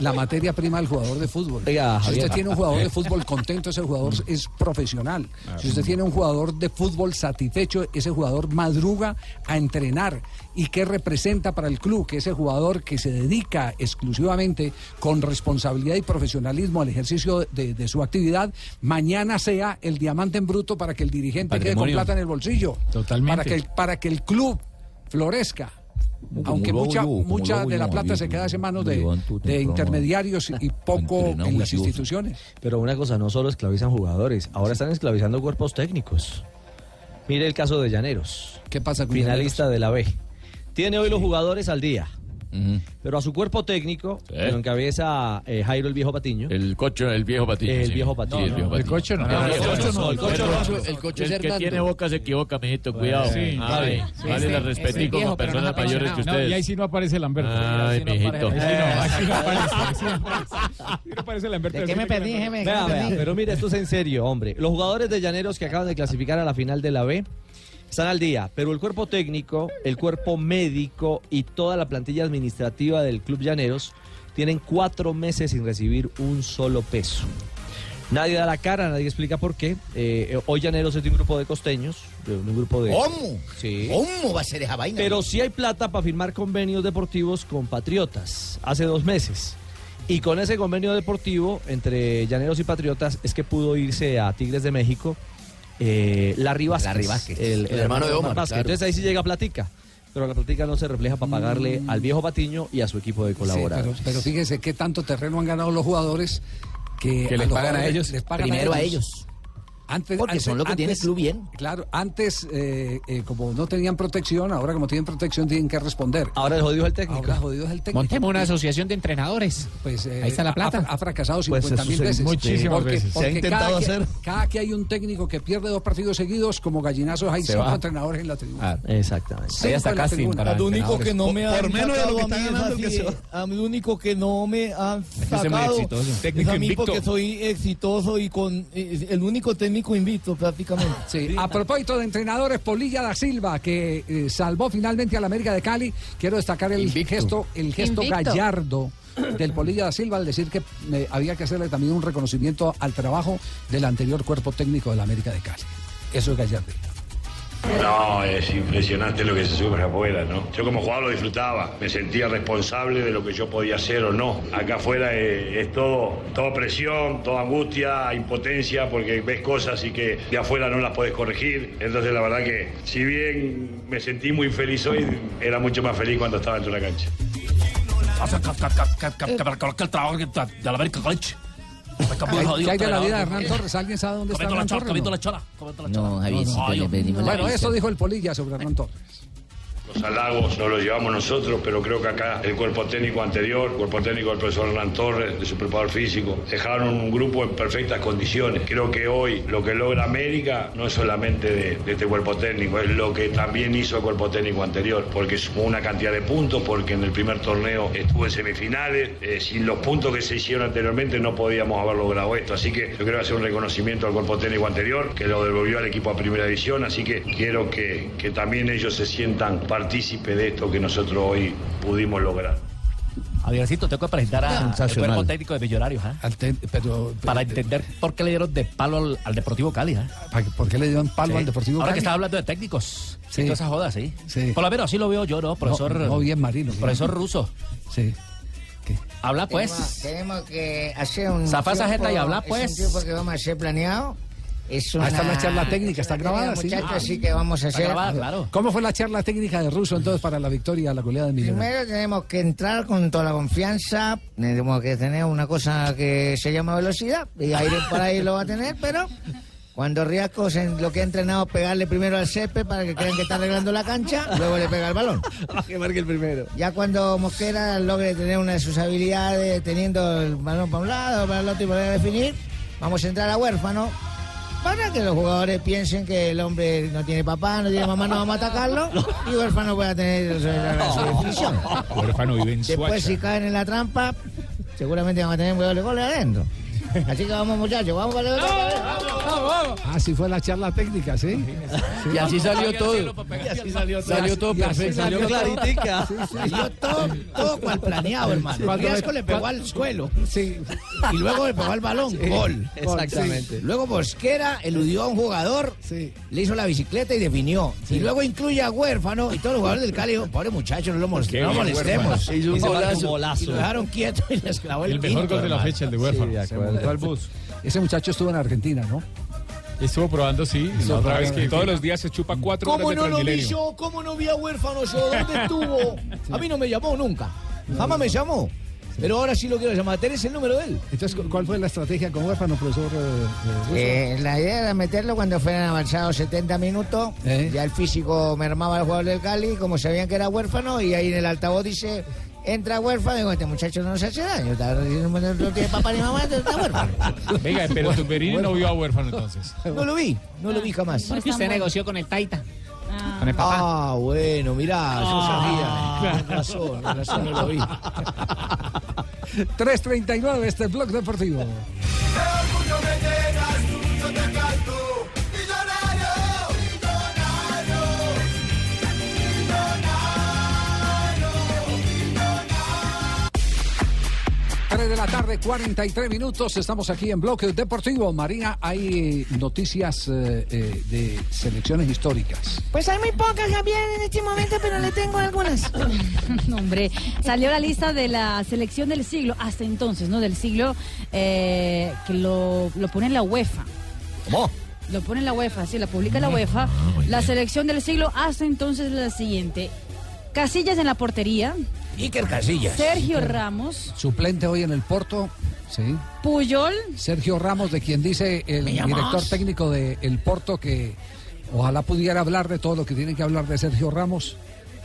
Speaker 6: la materia prima del jugador de fútbol.
Speaker 12: Oiga,
Speaker 6: si usted
Speaker 12: Javier.
Speaker 6: tiene un jugador de fútbol contento, ese jugador es profesional.
Speaker 12: Ah,
Speaker 6: Si usted tiene un jugador de fútbol satisfecho, ese jugador madruga a entrenar. ¿Y qué representa para el club? Que ese jugador que se dedica exclusivamente con responsabilidad y profesionalismo al ejercicio de, de su actividad, mañana sea el diamante en bruto para que el dirigente quede con
Speaker 12: Patrimonio.
Speaker 6: plata en el bolsillo.
Speaker 12: Totalmente.
Speaker 6: Para que, el- para que el club florezca.
Speaker 12: Como
Speaker 6: Aunque
Speaker 12: luego
Speaker 6: mucha,
Speaker 12: yo, como
Speaker 6: mucha
Speaker 12: luego
Speaker 6: de
Speaker 12: yo,
Speaker 6: la plata
Speaker 12: yo,
Speaker 6: se
Speaker 12: yo,
Speaker 6: queda en manos
Speaker 9: yo
Speaker 6: de,
Speaker 9: levanto
Speaker 6: de
Speaker 9: temprano
Speaker 6: intermediarios y poco
Speaker 9: entrenar
Speaker 6: en las
Speaker 9: juicioso.
Speaker 6: instituciones.
Speaker 9: Pero una cosa, no solo esclavizan jugadores, ahora están esclavizando cuerpos técnicos. Mire el caso de Llaneros.
Speaker 6: ¿Qué pasa
Speaker 9: Finalista de la B. Tiene hoy los jugadores al día. Pero a su cuerpo técnico, que lo encabeza eh, Jairo el viejo Patiño.
Speaker 20: El cocho, el viejo Patiño.
Speaker 9: El
Speaker 20: sí.
Speaker 9: viejo Patiño.
Speaker 20: Sí, el viejo
Speaker 9: No,
Speaker 20: Patiño.
Speaker 9: el cocho no.
Speaker 20: Ah,
Speaker 9: El cocho no, el cocho no.
Speaker 20: El cocho
Speaker 4: El
Speaker 20: es
Speaker 4: que
Speaker 20: Hernando.
Speaker 4: tiene boca se equivoca, mijito, cuidado.
Speaker 12: Sí,
Speaker 4: Ay,
Speaker 12: vale. Sí,
Speaker 4: vale,
Speaker 12: sí.
Speaker 4: la
Speaker 12: Ese
Speaker 4: respetico
Speaker 12: viejo,
Speaker 4: como
Speaker 12: pero no
Speaker 4: personas
Speaker 12: me parece
Speaker 4: mayores que
Speaker 12: nada. No,
Speaker 4: ustedes.
Speaker 12: y ahí sí no aparece Lamberto.
Speaker 26: Ah.
Speaker 4: Ay,
Speaker 12: Ahí sí no
Speaker 4: mijito.
Speaker 12: aparece. Ahí sí no, ahí sí no aparece. Ahí no aparece Lamberto.
Speaker 9: ¿De qué me
Speaker 12: perdí?
Speaker 9: Vea, vea, pero mire, esto es en serio, hombre. Los jugadores de Llaneros que acaban de clasificar a la final de la B están al día, pero el cuerpo técnico, el cuerpo médico y toda la plantilla administrativa del Club Llaneros tienen cuatro meses sin recibir un solo peso. Nadie da la cara, nadie explica por qué. Eh, hoy Llaneros es de un grupo de costeños, de un grupo de...
Speaker 27: ¿Cómo?
Speaker 9: Sí.
Speaker 27: ¿Cómo va a ser esa vaina?
Speaker 9: Pero sí hay plata para firmar convenios deportivos con Patriotas hace dos meses. Y con ese convenio deportivo entre Llaneros y Patriotas es que pudo irse a Tigres de México eh, Larry Vázquez.
Speaker 27: Larry Vázquez,
Speaker 9: el, el hermano de Omar. Vázquez.
Speaker 27: claro.
Speaker 9: Entonces ahí sí llega platica. Pero la platica no se refleja para pagarle al viejo Patiño y a su equipo de
Speaker 6: Sí,
Speaker 9: colaboradores.
Speaker 6: pero, pero fíjese qué tanto terreno han ganado los jugadores que,
Speaker 9: Que les
Speaker 6: Eh, los
Speaker 9: pagan a
Speaker 6: jugadores
Speaker 9: ellos.
Speaker 6: les pagan
Speaker 9: Primero a
Speaker 6: Antes,
Speaker 27: Porque son lo que tiene el club bien.
Speaker 6: Claro, antes eh, eh, como no tenían protección, ahora como tienen protección tienen que responder.
Speaker 9: Ahora el jodido es el técnico.
Speaker 6: Ahora el jodido es el técnico.
Speaker 33: Montemos una
Speaker 6: Y-
Speaker 33: asociación de entrenadores.
Speaker 6: Pues, eh,
Speaker 33: Ahí está la plata.
Speaker 6: Ha, ha fracasado
Speaker 33: Pues
Speaker 6: 50 mil
Speaker 33: eso se-
Speaker 6: veces.
Speaker 33: muchísimas
Speaker 6: porque,
Speaker 33: veces. Se ha
Speaker 6: porque
Speaker 33: intentado
Speaker 6: cada que,
Speaker 33: hacer.
Speaker 6: Cada que hay un técnico que pierde dos partidos seguidos, como gallinazos, hay
Speaker 33: Se
Speaker 6: cinco
Speaker 33: va.
Speaker 6: entrenadores en la tribuna.
Speaker 9: Ah, Exactamente.
Speaker 6: Ahí hasta casting para
Speaker 8: Lo único
Speaker 6: entrenadores.
Speaker 8: que no me
Speaker 6: Por-
Speaker 8: han
Speaker 6: por menos de lo
Speaker 8: sacado
Speaker 6: que
Speaker 8: a mí
Speaker 6: está
Speaker 8: es
Speaker 6: ganando el Ah, que
Speaker 8: así,
Speaker 6: se va.
Speaker 8: a mí lo único que no me han
Speaker 6: que es muy
Speaker 8: sacado
Speaker 6: exitoso.
Speaker 8: es
Speaker 6: Técnico
Speaker 8: a mí
Speaker 6: invicto.
Speaker 8: porque soy exitoso y con eh, el único técnico invicto prácticamente.
Speaker 6: Sí, a propósito de entrenadores, Polilla da Silva, que eh, salvó finalmente a la América de Cali, quiero destacar el gesto, el gesto
Speaker 34: Invicto.
Speaker 6: gallardo del Polilla da Silva al decir que eh, había que hacerle también un reconocimiento al trabajo del anterior cuerpo técnico de la América de Cali. Eso es gallardo.
Speaker 1: No, es impresionante lo que se sube afuera, ¿no? Yo como jugador lo disfrutaba, me sentía responsable de lo que yo podía hacer o no. Acá afuera eh, es, todo, todo presión, toda angustia, impotencia, porque ves cosas y que de afuera no las podés corregir. Entonces la verdad que si bien me sentí muy feliz hoy, era mucho más feliz cuando estaba dentro de la cancha.
Speaker 4: El trabajo de la América College.
Speaker 13: Ah, pues,
Speaker 6: ¿Qué hay de la vida de Hernán Torres? ¿Alguien sabe dónde está Hernán Torres? o no?
Speaker 27: No, Javier,
Speaker 6: No,
Speaker 27: sí, le pedimos la
Speaker 6: Bueno,
Speaker 27: vista.
Speaker 6: eso dijo el Polilla sobre Hernán Torres.
Speaker 1: Los halagos no los llevamos nosotros, pero creo que acá el cuerpo técnico anterior, el cuerpo técnico del profesor Hernán Torres, de su preparador físico, dejaron un grupo en perfectas condiciones. Creo que hoy lo que logra América no es solamente de, de este cuerpo técnico, es lo que también hizo el cuerpo técnico anterior, porque sumó una cantidad de puntos, porque en el primer torneo estuvo en semifinales, eh, sin los puntos que se hicieron anteriormente no podíamos haber logrado esto. Así que yo creo que hacer un reconocimiento al cuerpo técnico anterior, que lo devolvió al equipo a primera división, así que quiero que, que también ellos se sientan partícipes de esto que nosotros hoy pudimos lograr.
Speaker 4: Javiercito, tengo que presentar al
Speaker 1: Sensacional.
Speaker 4: cuerpo técnico de Millonarios. ¿ah?
Speaker 6: eh,
Speaker 4: Para entender por qué le dieron de palo al, al Deportivo Cali. ¿ah?
Speaker 6: ¿Para qué- ¿Por qué le dieron palo
Speaker 4: Sí.
Speaker 6: al Deportivo
Speaker 4: Ahora que
Speaker 6: Cali?
Speaker 4: está hablando de técnicos.
Speaker 6: Sí.
Speaker 4: Sí. Todas esas jodas, sí.
Speaker 6: Sí.
Speaker 4: Por lo menos así lo veo yo, ¿no? Profesor,
Speaker 6: No, no, bien marino.
Speaker 4: profesor ruso.
Speaker 6: Sí.
Speaker 4: Habla pues.
Speaker 7: Tenemos, tenemos que hacer un.
Speaker 4: Zafá esa jeta y
Speaker 7: tiempo-
Speaker 4: habla,
Speaker 7: Es
Speaker 4: pues.
Speaker 7: un tiempo que vamos a hacer planeado. Es una,
Speaker 6: Ah, esta es la charla técnica, está
Speaker 7: una charla,
Speaker 6: grabada, sí. Ah,
Speaker 7: muchachos, así que vamos a hacer.
Speaker 6: ¿Cómo fue la charla técnica de Russo entonces para la victoria a la goleada de Millonarios?
Speaker 7: Primero tenemos que entrar con toda la confianza. Tenemos que tener una cosa que se llama velocidad. Y aire por ahí lo va a tener, pero cuando Riasco se- lo que ha entrenado pegarle primero al césped para que crean que está arreglando la cancha, luego le pega el balón.
Speaker 9: que marque el primero.
Speaker 7: Ya cuando Mosquera logre tener una de sus habilidades, teniendo el balón para un lado, para el otro y poder definir, vamos a entrar a huérfano para que los jugadores piensen que el hombre no tiene papá, no tiene mamá, no vamos a atacarlo y huérfano pueda tener su, su- su definición.
Speaker 12: Huérfano vive en
Speaker 7: Después si
Speaker 12: Suacha.
Speaker 7: caen en la trampa, seguramente van a tener un de goles adentro. Así que vamos muchachos, vamos para el otro.
Speaker 6: Así Ah, fue la charla técnica, ¿sí?
Speaker 29: Y así salió todo.
Speaker 6: Y así salió
Speaker 29: todo. Salió todo perfecto.
Speaker 6: salió
Speaker 29: Salió claritica.
Speaker 6: todo. Sí, sí.
Speaker 29: Salió
Speaker 27: todo, todo cual planeado,
Speaker 6: Sí,
Speaker 27: hermano.
Speaker 6: cuando
Speaker 27: Riasco
Speaker 6: me-
Speaker 27: le pegó
Speaker 6: cuando-
Speaker 27: al suelo.
Speaker 6: Sí.
Speaker 27: Y luego le pegó al balón.
Speaker 6: Sí.
Speaker 27: Gol.
Speaker 6: Exactamente.
Speaker 27: Sí. Luego Bosquera eludió a un jugador, le hizo la bicicleta y definió. Y luego incluye a Huérfano y todos los jugadores del Cali dijo, pobre muchacho, no lo molest-
Speaker 12: Qué
Speaker 27: no lo
Speaker 12: bien,
Speaker 27: molestemos.
Speaker 12: Huérfano. Hizo un
Speaker 27: Y se marcó
Speaker 12: golazo.
Speaker 27: Y lo dejaron quieto y les clavó el
Speaker 12: El mejor
Speaker 27: quinto,
Speaker 12: gol de la
Speaker 27: hermano.
Speaker 12: fecha, el de Huérfano.
Speaker 6: Se montó al bus. Ese muchacho estuvo en Argentina, ¿no?
Speaker 12: Estuvo probando, sí.
Speaker 6: Estuvo
Speaker 12: la otra vez
Speaker 6: probando.
Speaker 12: que todos los días se chupa cuatro horas
Speaker 8: ¿Cómo
Speaker 12: de
Speaker 8: no lo vi
Speaker 12: Transmilenio.
Speaker 8: yo? ¿Cómo no vi a huérfano yo? ¿Dónde estuvo? A mí no me llamó nunca. Jamás me llamó. Pero ahora sí lo quiero llamar. ¿Tenés el número de él?
Speaker 6: Entonces, ¿cu- ¿cuál fue la estrategia con huérfano, profesor? eh, eh, Russo?
Speaker 7: Eh, la idea era meterlo cuando fueran avanzados 70 minutos. Ya el físico mermaba al jugador del Cali, como sabían que era huérfano, y ahí en el altavoz dice, Entra huérfano y digo, este muchacho no se hace daño. está- No tiene papá ni mamá, está huérfano.
Speaker 12: Venga, pero Tumberini no vio a huérfano entonces.
Speaker 7: No lo vi, no lo vi jamás.
Speaker 28: Porque usted negoció con el Taita.
Speaker 12: Con el papá.
Speaker 13: Ah, bueno, mirá, yo
Speaker 7: Ah.
Speaker 13: sabía. Con razón, con razón no lo vi.
Speaker 6: 3.39 este blog deportivo. Tres de la tarde, 43 minutos. Estamos aquí en Bloque Deportivo. Marina, hay noticias eh, eh, de selecciones históricas.
Speaker 25: Pues hay muy pocas, Javier, en este momento, pero le tengo algunas. no, hombre, salió la lista de la selección del siglo, hasta entonces, ¿no? Del siglo eh, que lo, lo pone la UEFA.
Speaker 27: ¿Cómo? Mm. Ah,
Speaker 25: Lo pone la UEFA, sí, la publica la UEFA. la selección del siglo hasta entonces es la siguiente. Casillas en la portería.
Speaker 27: Iker Casillas.
Speaker 25: Sergio Ramos.
Speaker 6: Suplente hoy en el Porto, sí.
Speaker 25: Puyol.
Speaker 6: Sergio Ramos, de quien dice el
Speaker 25: ¿Me llamas?
Speaker 6: director técnico del Porto que ojalá pudiera hablar de todo lo que tienen que hablar de Sergio Ramos.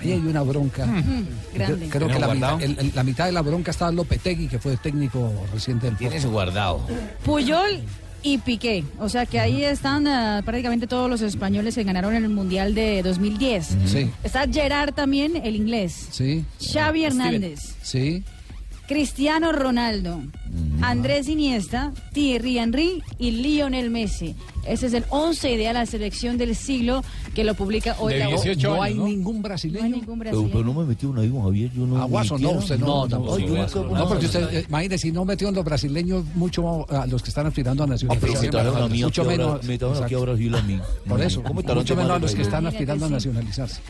Speaker 6: Ahí hay una bronca.
Speaker 25: Mm,
Speaker 6: Yo
Speaker 25: grande.
Speaker 6: Creo que la mitad, el- el- la mitad de la bronca está Lopetegui, que fue el técnico reciente del Porto.
Speaker 27: Tienes guardado.
Speaker 25: Puyol y Piqué. O sea que ahí están ah, prácticamente todos los españoles que ganaron el Mundial de 2010.
Speaker 6: Sí.
Speaker 25: Está Gerard también, el inglés.
Speaker 6: Sí.
Speaker 25: Xavi Hernández,
Speaker 6: Sí.
Speaker 25: Cristiano Ronaldo, Andrés Iniesta, Thierry Henry y Lionel Messi. Ese es el 11 ideal a la selección del siglo que lo publica hoy la O-
Speaker 6: no hay ningún brasileño.
Speaker 25: ningún
Speaker 27: Pero,
Speaker 25: brasileño.
Speaker 27: pero no me metí una ahí, Javier. Yo no,
Speaker 6: Aguaso,
Speaker 27: ni
Speaker 6: no,
Speaker 27: quiero.
Speaker 6: usted no.
Speaker 27: Ay, yo nunca-
Speaker 6: No, porque usted, eh, imagínese, si no metió en los brasileños mucho a los que están aspirando a Nacional.
Speaker 27: Ah, pero me trajeron a mí,
Speaker 6: mucho
Speaker 27: aquí ahora-
Speaker 6: menos.
Speaker 27: me trajeron aquí a Brasil a mí.
Speaker 6: Por eso,
Speaker 27: ¿Cómo estarán
Speaker 6: mucho menos a
Speaker 27: tomando
Speaker 6: los que
Speaker 27: ellos?
Speaker 6: están
Speaker 25: Mira que
Speaker 6: aspirando a
Speaker 25: sí.
Speaker 6: nacionalizarse.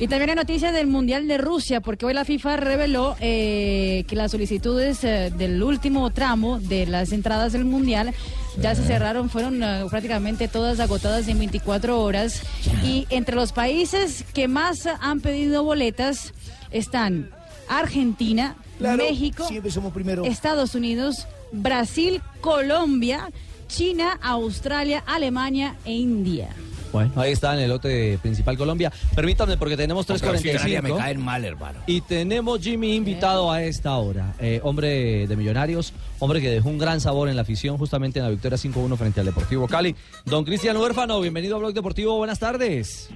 Speaker 25: Y también hay noticias del Mundial de Rusia, porque hoy la FIFA reveló eh, que las solicitudes eh, del último tramo de las entradas del Mundial ya se cerraron, fueron eh, prácticamente todas agotadas en 24 horas. Y entre los países que más han pedido boletas están Argentina,
Speaker 13: Claro,
Speaker 25: México,
Speaker 13: siempre somos primero.
Speaker 25: Estados Unidos, Brasil, Colombia, China, Australia, Alemania e India.
Speaker 9: Bueno, ahí está en el lote principal Colombia. Permítanme porque tenemos
Speaker 27: Australia
Speaker 9: 3.45.
Speaker 27: me caen mal, hermano.
Speaker 9: Y tenemos Jimmy invitado a esta hora. Eh, hombre de Millonarios, hombre que dejó un gran sabor en la afición justamente en la victoria 5-1 frente al Deportivo Cali. Don Cristian Huérfano, bienvenido a Blog Deportivo, buenas tardes.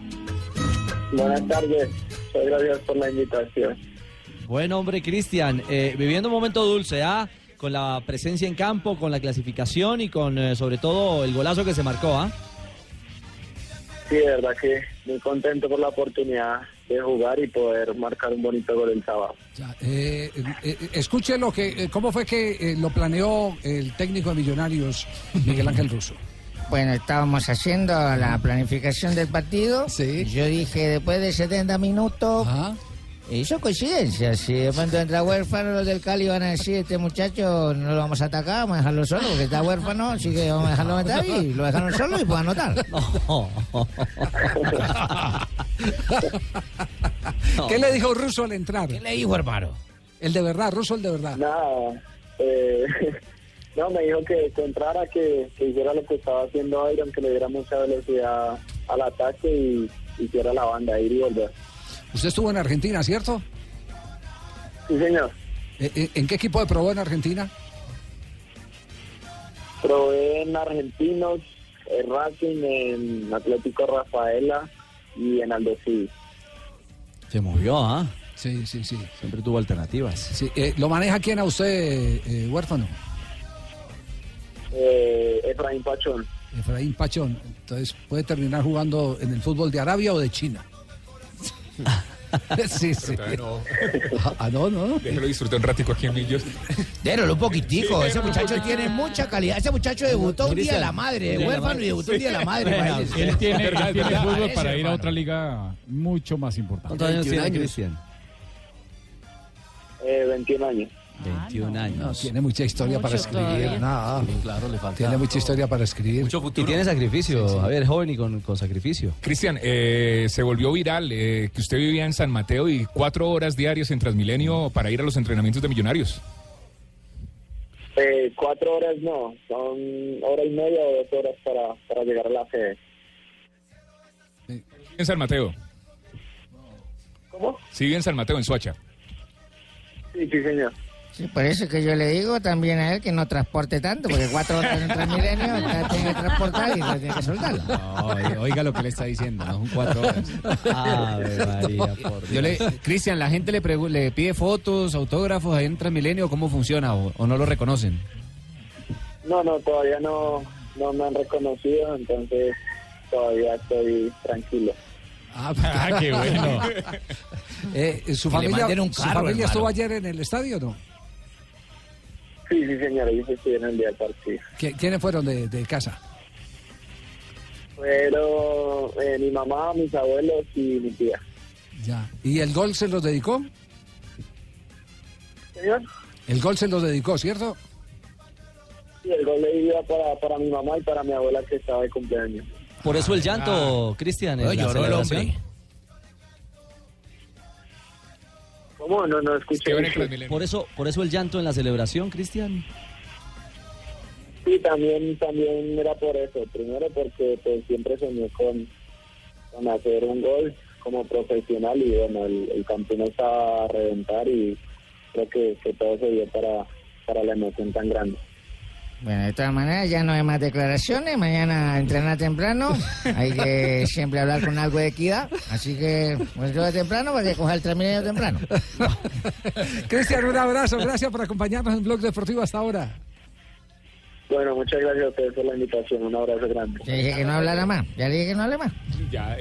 Speaker 22: Buenas tardes, muchas gracias por la invitación.
Speaker 9: Buen hombre, Cristian. eh, viviendo un momento dulce, ¿ah? Con la presencia en campo, con la clasificación y con eh, sobre todo el golazo que se marcó, ¿ah?
Speaker 22: Sí, de verdad que muy contento por la oportunidad de jugar y poder marcar un bonito gol el sábado.
Speaker 6: Eh, eh, eh, escuche lo que, eh, cómo fue que eh, lo planeó el técnico de Millonarios, Miguel Ángel Russo.
Speaker 7: Bueno, estábamos haciendo la planificación del partido. Yo dije, después de 70 minutos. Hizo coincidencia. Si de pronto entra huérfano, los del Cali van a decir: Este muchacho no lo vamos a atacar, vamos a dejarlo solo, porque está huérfano, así que vamos a dejarlo entrar y lo dejaron solo y puede anotar.
Speaker 6: ¿Qué le dijo Russo al entrar? ¿Qué
Speaker 22: le dijo, hermano?
Speaker 6: El de verdad, Russo el de verdad.
Speaker 22: Nada, eh, no, me dijo que, que entrara, que, que hiciera lo que estaba haciendo Iron, que le diera mucha velocidad al ataque y hiciera la banda, ir y volver.
Speaker 6: Usted estuvo en Argentina, ¿cierto?
Speaker 22: Sí, señor.
Speaker 6: Eh, eh, ¿En qué equipo de probó en Argentina?
Speaker 22: Probé en Argentinos, en Racing, en Atlético Rafaela y en Aldo Civi.
Speaker 9: Se movió, ¿ah?
Speaker 6: Sí, sí, sí.
Speaker 9: Siempre tuvo alternativas.
Speaker 6: Sí, eh, ¿Lo maneja quién a usted, eh, huérfano?
Speaker 22: Eh, Efraín Pachón.
Speaker 6: Efraín Pachón. Entonces, ¿puede terminar jugando en el fútbol de Arabia o de China? sí, sí. Ah, no, no.
Speaker 14: Déjelo disfrutar un ratico aquí en Millos.
Speaker 27: Déjalo un poquitico.
Speaker 14: Sí,
Speaker 27: Ese
Speaker 14: déjalo un
Speaker 27: muchacho poquitico. tiene mucha calidad. Ese muchacho debutó un día de la madre, de huérfano, y debutó un día de la madre.
Speaker 12: Bueno,
Speaker 27: para
Speaker 12: Él tiene, él
Speaker 27: Verdad,
Speaker 12: tiene
Speaker 27: verdad,
Speaker 12: fútbol
Speaker 27: parece,
Speaker 12: para ir a
Speaker 27: hermano.
Speaker 12: otra liga mucho más importante.
Speaker 9: ¿Cuántos años
Speaker 27: 21
Speaker 9: tiene
Speaker 27: años.
Speaker 9: Cristian?
Speaker 22: Eh, 21 años.
Speaker 9: 21 años.
Speaker 6: No, tiene mucha historia
Speaker 9: Mucho
Speaker 6: para escribir.
Speaker 9: todavía.
Speaker 6: Nada.
Speaker 9: claro, le falta.
Speaker 6: Tiene mucha historia para escribir.
Speaker 9: Y tiene sacrificio, a ver, joven y con, con sacrificio.
Speaker 14: Cristian, eh, se volvió viral eh, que usted vivía en San Mateo y cuatro horas diarias en Transmilenio para ir a los entrenamientos de Millonarios.
Speaker 22: Eh, cuatro horas no, son hora y media o dos horas para, para llegar a la sede.
Speaker 14: En San Mateo.
Speaker 22: ¿Cómo?
Speaker 14: Sí, vive en San Mateo, en Soacha.
Speaker 22: Sí, sí, señor.
Speaker 7: Sí, por eso que yo le digo también a él que no transporte tanto, porque cuatro horas en el Transmilenio ya tiene que transportar y no tiene que soltarlo.
Speaker 1: Ay, oiga lo que le está diciendo, no son cuatro horas.
Speaker 9: Ave María, por
Speaker 1: Yo le, Cristian, la gente le, pregu- le pide fotos, autógrafos ahí en Transmilenio, ¿cómo funciona? ¿O, o no lo reconocen?
Speaker 22: No, no, todavía no, no me han reconocido, entonces todavía estoy tranquilo.
Speaker 12: Ah, qué bueno.
Speaker 6: Eh, ¿Su
Speaker 22: Que le
Speaker 6: familia,
Speaker 22: manden un
Speaker 6: su
Speaker 22: carro,
Speaker 6: familia estuvo
Speaker 22: hermano.
Speaker 6: ayer en el estadio o no?
Speaker 22: Sí, sí, señor, ellos estuvieron el día del partido.
Speaker 6: ¿Qui- ¿Quiénes fueron de, de casa?
Speaker 22: Pero eh, mi mamá, mis abuelos y mi tía.
Speaker 6: Ya. ¿Y el gol se los dedicó?
Speaker 22: Señor,
Speaker 6: El gol se los dedicó, ¿cierto?
Speaker 22: y el gol le iba para, para mi mamá y para mi abuela que estaba de cumpleaños.
Speaker 9: Por eso el llanto, Cristian. en
Speaker 22: No,
Speaker 9: la
Speaker 22: lloró el
Speaker 9: celebración.
Speaker 22: ¿Cómo? No, no escuché.
Speaker 9: Por eso, por eso el llanto en la celebración, Cristian.
Speaker 22: Sí, también, también era por eso. Primero porque pues, siempre soñé con, con hacer un gol como profesional y bueno, el, el campeón estaba a reventar y creo que, que todo se dio para, para la emoción tan grande.
Speaker 7: Bueno, de todas maneras, ya no hay más declaraciones. Mañana entrenar temprano. Hay que siempre hablar con algo de equidad. Así que, pues yo de temprano para que coja el Transmilenio temprano.
Speaker 6: Cristian, un abrazo. Gracias por acompañarnos en Blog Deportivo hasta ahora.
Speaker 22: Bueno, muchas gracias a ustedes por la invitación. Un abrazo grande.
Speaker 7: Le dije que no hablara más. Ya le dije que no hable más.
Speaker 22: Ya,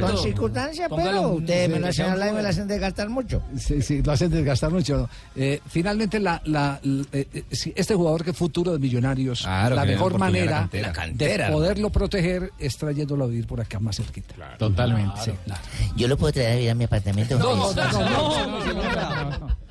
Speaker 7: Son circunstancias, pero ustedes me lo hacen hablar y me lo hacen desgastar mucho.
Speaker 6: Sí, sí, lo hacen desgastar mucho. Eh, finalmente, la, la- l- eh, eh, sí, este jugador que es futuro de Millonarios,
Speaker 1: Claro,
Speaker 6: la
Speaker 1: que le den
Speaker 6: mejor
Speaker 1: oportunidad a la
Speaker 6: manera
Speaker 1: cantera. La
Speaker 6: de
Speaker 1: cantera.
Speaker 6: poderlo proteger es trayéndolo a vivir por acá más cerquita.
Speaker 1: Totalmente.
Speaker 6: Sí,
Speaker 17: Yo lo puedo traer a vivir a mi apartamento.
Speaker 6: No, no, no, no, no, no, no.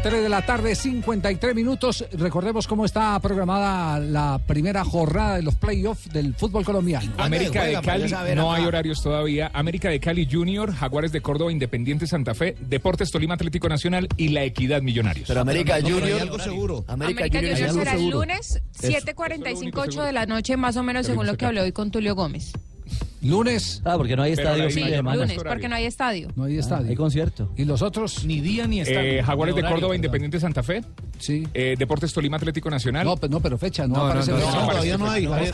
Speaker 6: 3 de la tarde, 53 minutos. Recordemos cómo está programada la primera jornada de los playoffs del fútbol colombiano.
Speaker 27: Ah,
Speaker 14: América de Cali, no hay horarios todavía. América de Cali Junior, Jaguares de Córdoba, Independiente Santa Fe, Deportes Tolima Atlético Nacional y La Equidad Millonarios.
Speaker 27: Pero América
Speaker 14: Junior
Speaker 27: Junior-
Speaker 8: seguro.
Speaker 27: América
Speaker 10: América Junior
Speaker 14: Junior
Speaker 10: será el
Speaker 14: seguro.
Speaker 10: lunes,
Speaker 14: Eso.
Speaker 10: 7.45, 8 de la noche, más o menos,
Speaker 9: Pero
Speaker 10: según lo
Speaker 9: no se
Speaker 10: que hablé hoy con Tulio Gómez.
Speaker 6: ¿Lunes?
Speaker 9: Ah, porque no hay
Speaker 10: Pero
Speaker 9: estadio
Speaker 10: ahí-
Speaker 9: fin de
Speaker 10: Sí,
Speaker 9: semana.
Speaker 10: lunes, porque no hay estadio.
Speaker 6: No hay estadio.
Speaker 9: hay concierto.
Speaker 6: ¿Y los otros?
Speaker 1: Ni día ni Ah,
Speaker 14: Eh, Jaguares de Córdoba, Independiente Santa Fe. Eh, Deportes Tolima Atlético Nacional.
Speaker 6: No, pero, no, pero fecha, no, aparece fecha.
Speaker 9: Jaguares,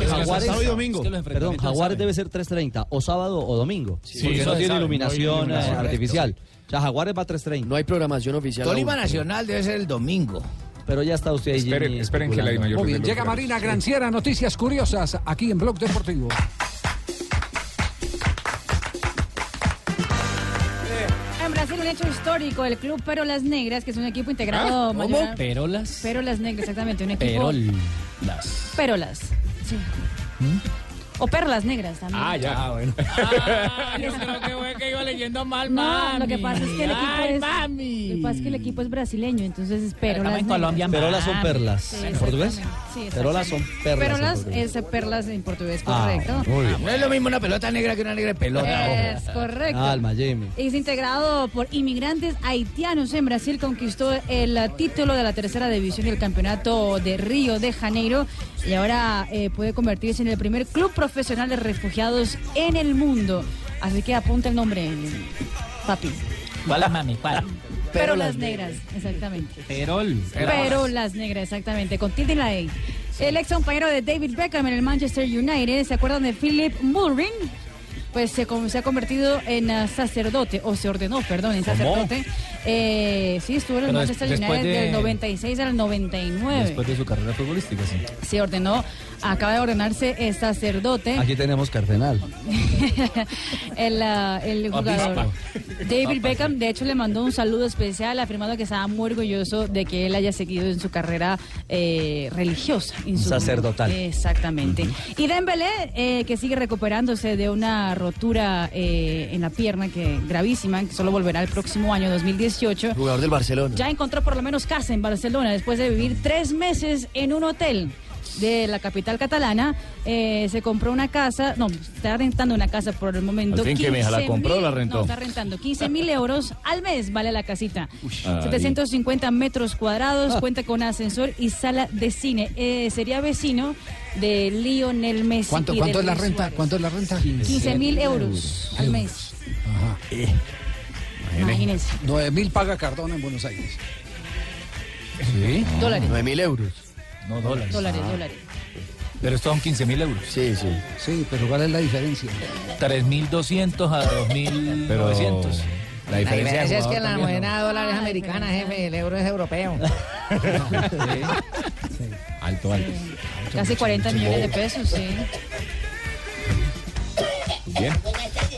Speaker 9: perdón, Jaguares debe ser 3.30, o sábado o domingo.
Speaker 29: Sí.
Speaker 9: porque
Speaker 29: Sí, no
Speaker 9: no tiene
Speaker 29: sabe, no hay
Speaker 9: iluminación eh,
Speaker 29: iluminación.
Speaker 9: artificial. O sea, Jaguares va a 3.30. No
Speaker 29: hay programación oficial.
Speaker 9: Tolima
Speaker 29: aún.
Speaker 9: Nacional
Speaker 27: debe ser el domingo.
Speaker 9: Pero ya está usted ahí.
Speaker 14: Esperen-
Speaker 9: Jimmy,
Speaker 14: esperen que la
Speaker 9: especulando.
Speaker 14: Dimayor
Speaker 6: Muy bien, llega Marina Granciera, noticias curiosas aquí en Blog Deportivo.
Speaker 25: En Brasil un hecho histórico, el club Perolas Negras, que es un equipo
Speaker 4: Ah,
Speaker 25: integrado mayor-
Speaker 24: Perolas.
Speaker 25: Perolas Negras, exactamente, un equipo
Speaker 24: Perolas.
Speaker 25: Perolas. Sí. O Perlas Negras también.
Speaker 24: Ah, ya. bueno.
Speaker 25: Ah, que iba leyendo mal,
Speaker 15: mami.
Speaker 25: lo que pasa es que el equipo
Speaker 15: Ay,
Speaker 25: es Lo que pasa es que el equipo es brasileño, entonces es Perolas.
Speaker 9: en
Speaker 25: Negras.
Speaker 9: Colombia, Perolas son
Speaker 25: Ah,
Speaker 9: perlas.
Speaker 25: sí,
Speaker 9: ¿En portugués?
Speaker 25: exactamente. Sí,
Speaker 9: Perolas son perlas. en
Speaker 25: Perolas
Speaker 9: portugués.
Speaker 25: es perlas en portugués,
Speaker 9: Ah,
Speaker 25: correcto.
Speaker 9: muy bien.
Speaker 27: No es lo mismo una pelota negra que una negra de pelota.
Speaker 25: Es correcto.
Speaker 9: Alma, Jamie.
Speaker 25: Es integrado por inmigrantes haitianos en Brasil, conquistó el eh, título de la tercera división y el campeonato de Río de Janeiro y ahora eh, puede convertirse en el primer club profesional de refugiados en el mundo. Así que apunta el nombre, papi.
Speaker 24: ¿Cuál es mami? ¿Cuál?
Speaker 25: Pero las negras, exactamente.
Speaker 24: Perol.
Speaker 25: Pero las negras, exactamente, con tilde en la E. El ex compañero de David Beckham en el Manchester United, ¿se acuerdan de Philip Mulring? Pues se, con- se ha convertido en eh, sacerdote, o se ordenó, perdón, en
Speaker 24: ¿Cómo?
Speaker 25: sacerdote. Eh, sí, estuvo en el
Speaker 24: Pero des-
Speaker 25: Manchester
Speaker 24: después
Speaker 25: United
Speaker 24: de-
Speaker 25: del 96 al 99.
Speaker 9: Después
Speaker 24: de su carrera futbolística, sí.
Speaker 25: Se ordenó, acaba de ordenarse eh, sacerdote.
Speaker 9: Aquí tenemos Cardenal.
Speaker 25: el, ah, el jugador.
Speaker 9: Obispo.
Speaker 25: David Beckham, de hecho, le mandó un saludo especial afirmando que estaba muy orgulloso de que él haya seguido en su carrera eh, religiosa. en su-
Speaker 9: Sacerdotal.
Speaker 25: Exactamente. Y Dembélé, eh, que sigue recuperándose de una rotura eh, en la pierna que gravísima, que solo volverá el próximo año, 2018.
Speaker 29: Jugador del Barcelona.
Speaker 25: Ya encontró por lo menos casa en Barcelona después de vivir tres meses en un hotel de la capital catalana. Eh, se compró una casa, no, está rentando una casa por el momento.
Speaker 28: Al fin que mi hija la
Speaker 25: 15.000,
Speaker 28: compró o la rentó.
Speaker 25: No, está rentando 15 mil euros al mes, vale la casita.
Speaker 28: Ay.
Speaker 25: 750 metros
Speaker 28: Ah.
Speaker 25: cuadrados, cuenta con ascensor y sala de cine. Eh, sería vecino de Lionel Messi.
Speaker 6: ¿Cuánto,
Speaker 25: y
Speaker 6: cuánto
Speaker 25: de
Speaker 6: es la
Speaker 25: Luis
Speaker 6: renta?
Speaker 25: Suárez.
Speaker 6: ¿Cuánto es la renta?
Speaker 25: 15 mil euros al mes.
Speaker 6: Ajá.
Speaker 25: Imagínense.
Speaker 6: 9 Ah. mil paga Cardona en Buenos Aires.
Speaker 4: Sí.
Speaker 25: Dólares.
Speaker 29: 9 mil euros.
Speaker 4: No, dólares.
Speaker 25: Dólares,
Speaker 4: Ah.
Speaker 25: dólares.
Speaker 4: Pero estos son 15 mil euros.
Speaker 29: Sí, sí.
Speaker 6: Sí, pero ¿cuál es la diferencia?
Speaker 4: 3.200 a 2.900.
Speaker 6: Pero
Speaker 4: la
Speaker 7: La diferencia es que la
Speaker 4: también,
Speaker 7: moneda de dólares americana, jefe, el euro es europeo.
Speaker 4: Alto, alto.
Speaker 25: Casi 40 millones de pesos, sí.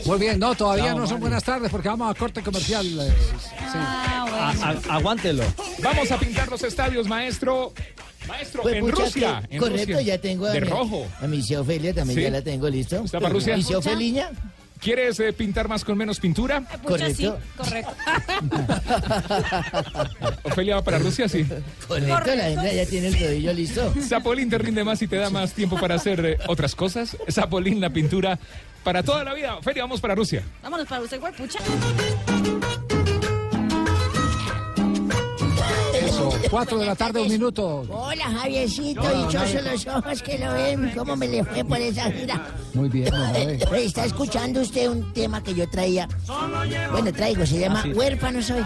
Speaker 6: Muy bien, no, todavía
Speaker 9: Chao,
Speaker 6: no son
Speaker 9: Mari.
Speaker 6: buenas tardes porque vamos a corte comercial. eh, sí.
Speaker 17: Ah,
Speaker 9: aguántelo.
Speaker 14: Vamos a pintar los estadios, maestro. Maestro,
Speaker 27: Pues,
Speaker 14: en
Speaker 27: pucha,
Speaker 14: Rusia.
Speaker 27: que-
Speaker 14: en
Speaker 27: correcto,
Speaker 14: Rusia.
Speaker 27: ya tengo a
Speaker 14: De
Speaker 27: mi,
Speaker 14: rojo.
Speaker 27: A mi tía Ofelia también
Speaker 14: Sí.
Speaker 27: ya la tengo, ¿listo?
Speaker 14: ¿Está para Rusia?
Speaker 27: ¿Mi tía
Speaker 14: Pucha.
Speaker 27: Ofeliña?
Speaker 14: ¿Quieres eh, pintar más con menos pintura?
Speaker 27: Pucha, sí, Correcto.
Speaker 25: correcto.
Speaker 14: Ofelia va para Rusia, sí.
Speaker 27: Correcto, la hembra ya tiene el rodillo listo.
Speaker 14: Zapolín te rinde más y te da más tiempo para hacer eh, otras cosas. Zapolín, la pintura para toda la vida. Ofelia, vamos para Rusia.
Speaker 25: Vámonos para usted, pucha.
Speaker 6: Eso, 4 de la tarde, un minuto.
Speaker 27: Hola, Javiercito,
Speaker 6: Hola,
Speaker 27: dichosos
Speaker 6: Javier.
Speaker 27: los ojos que lo ven. ¿Cómo me le fue por esa gira?
Speaker 6: Muy bien, Bernabé.
Speaker 27: Oye, Está escuchando usted un tema que yo traía. Bueno, traigo, se llama
Speaker 6: Ah, sí.
Speaker 27: Huérfano soy.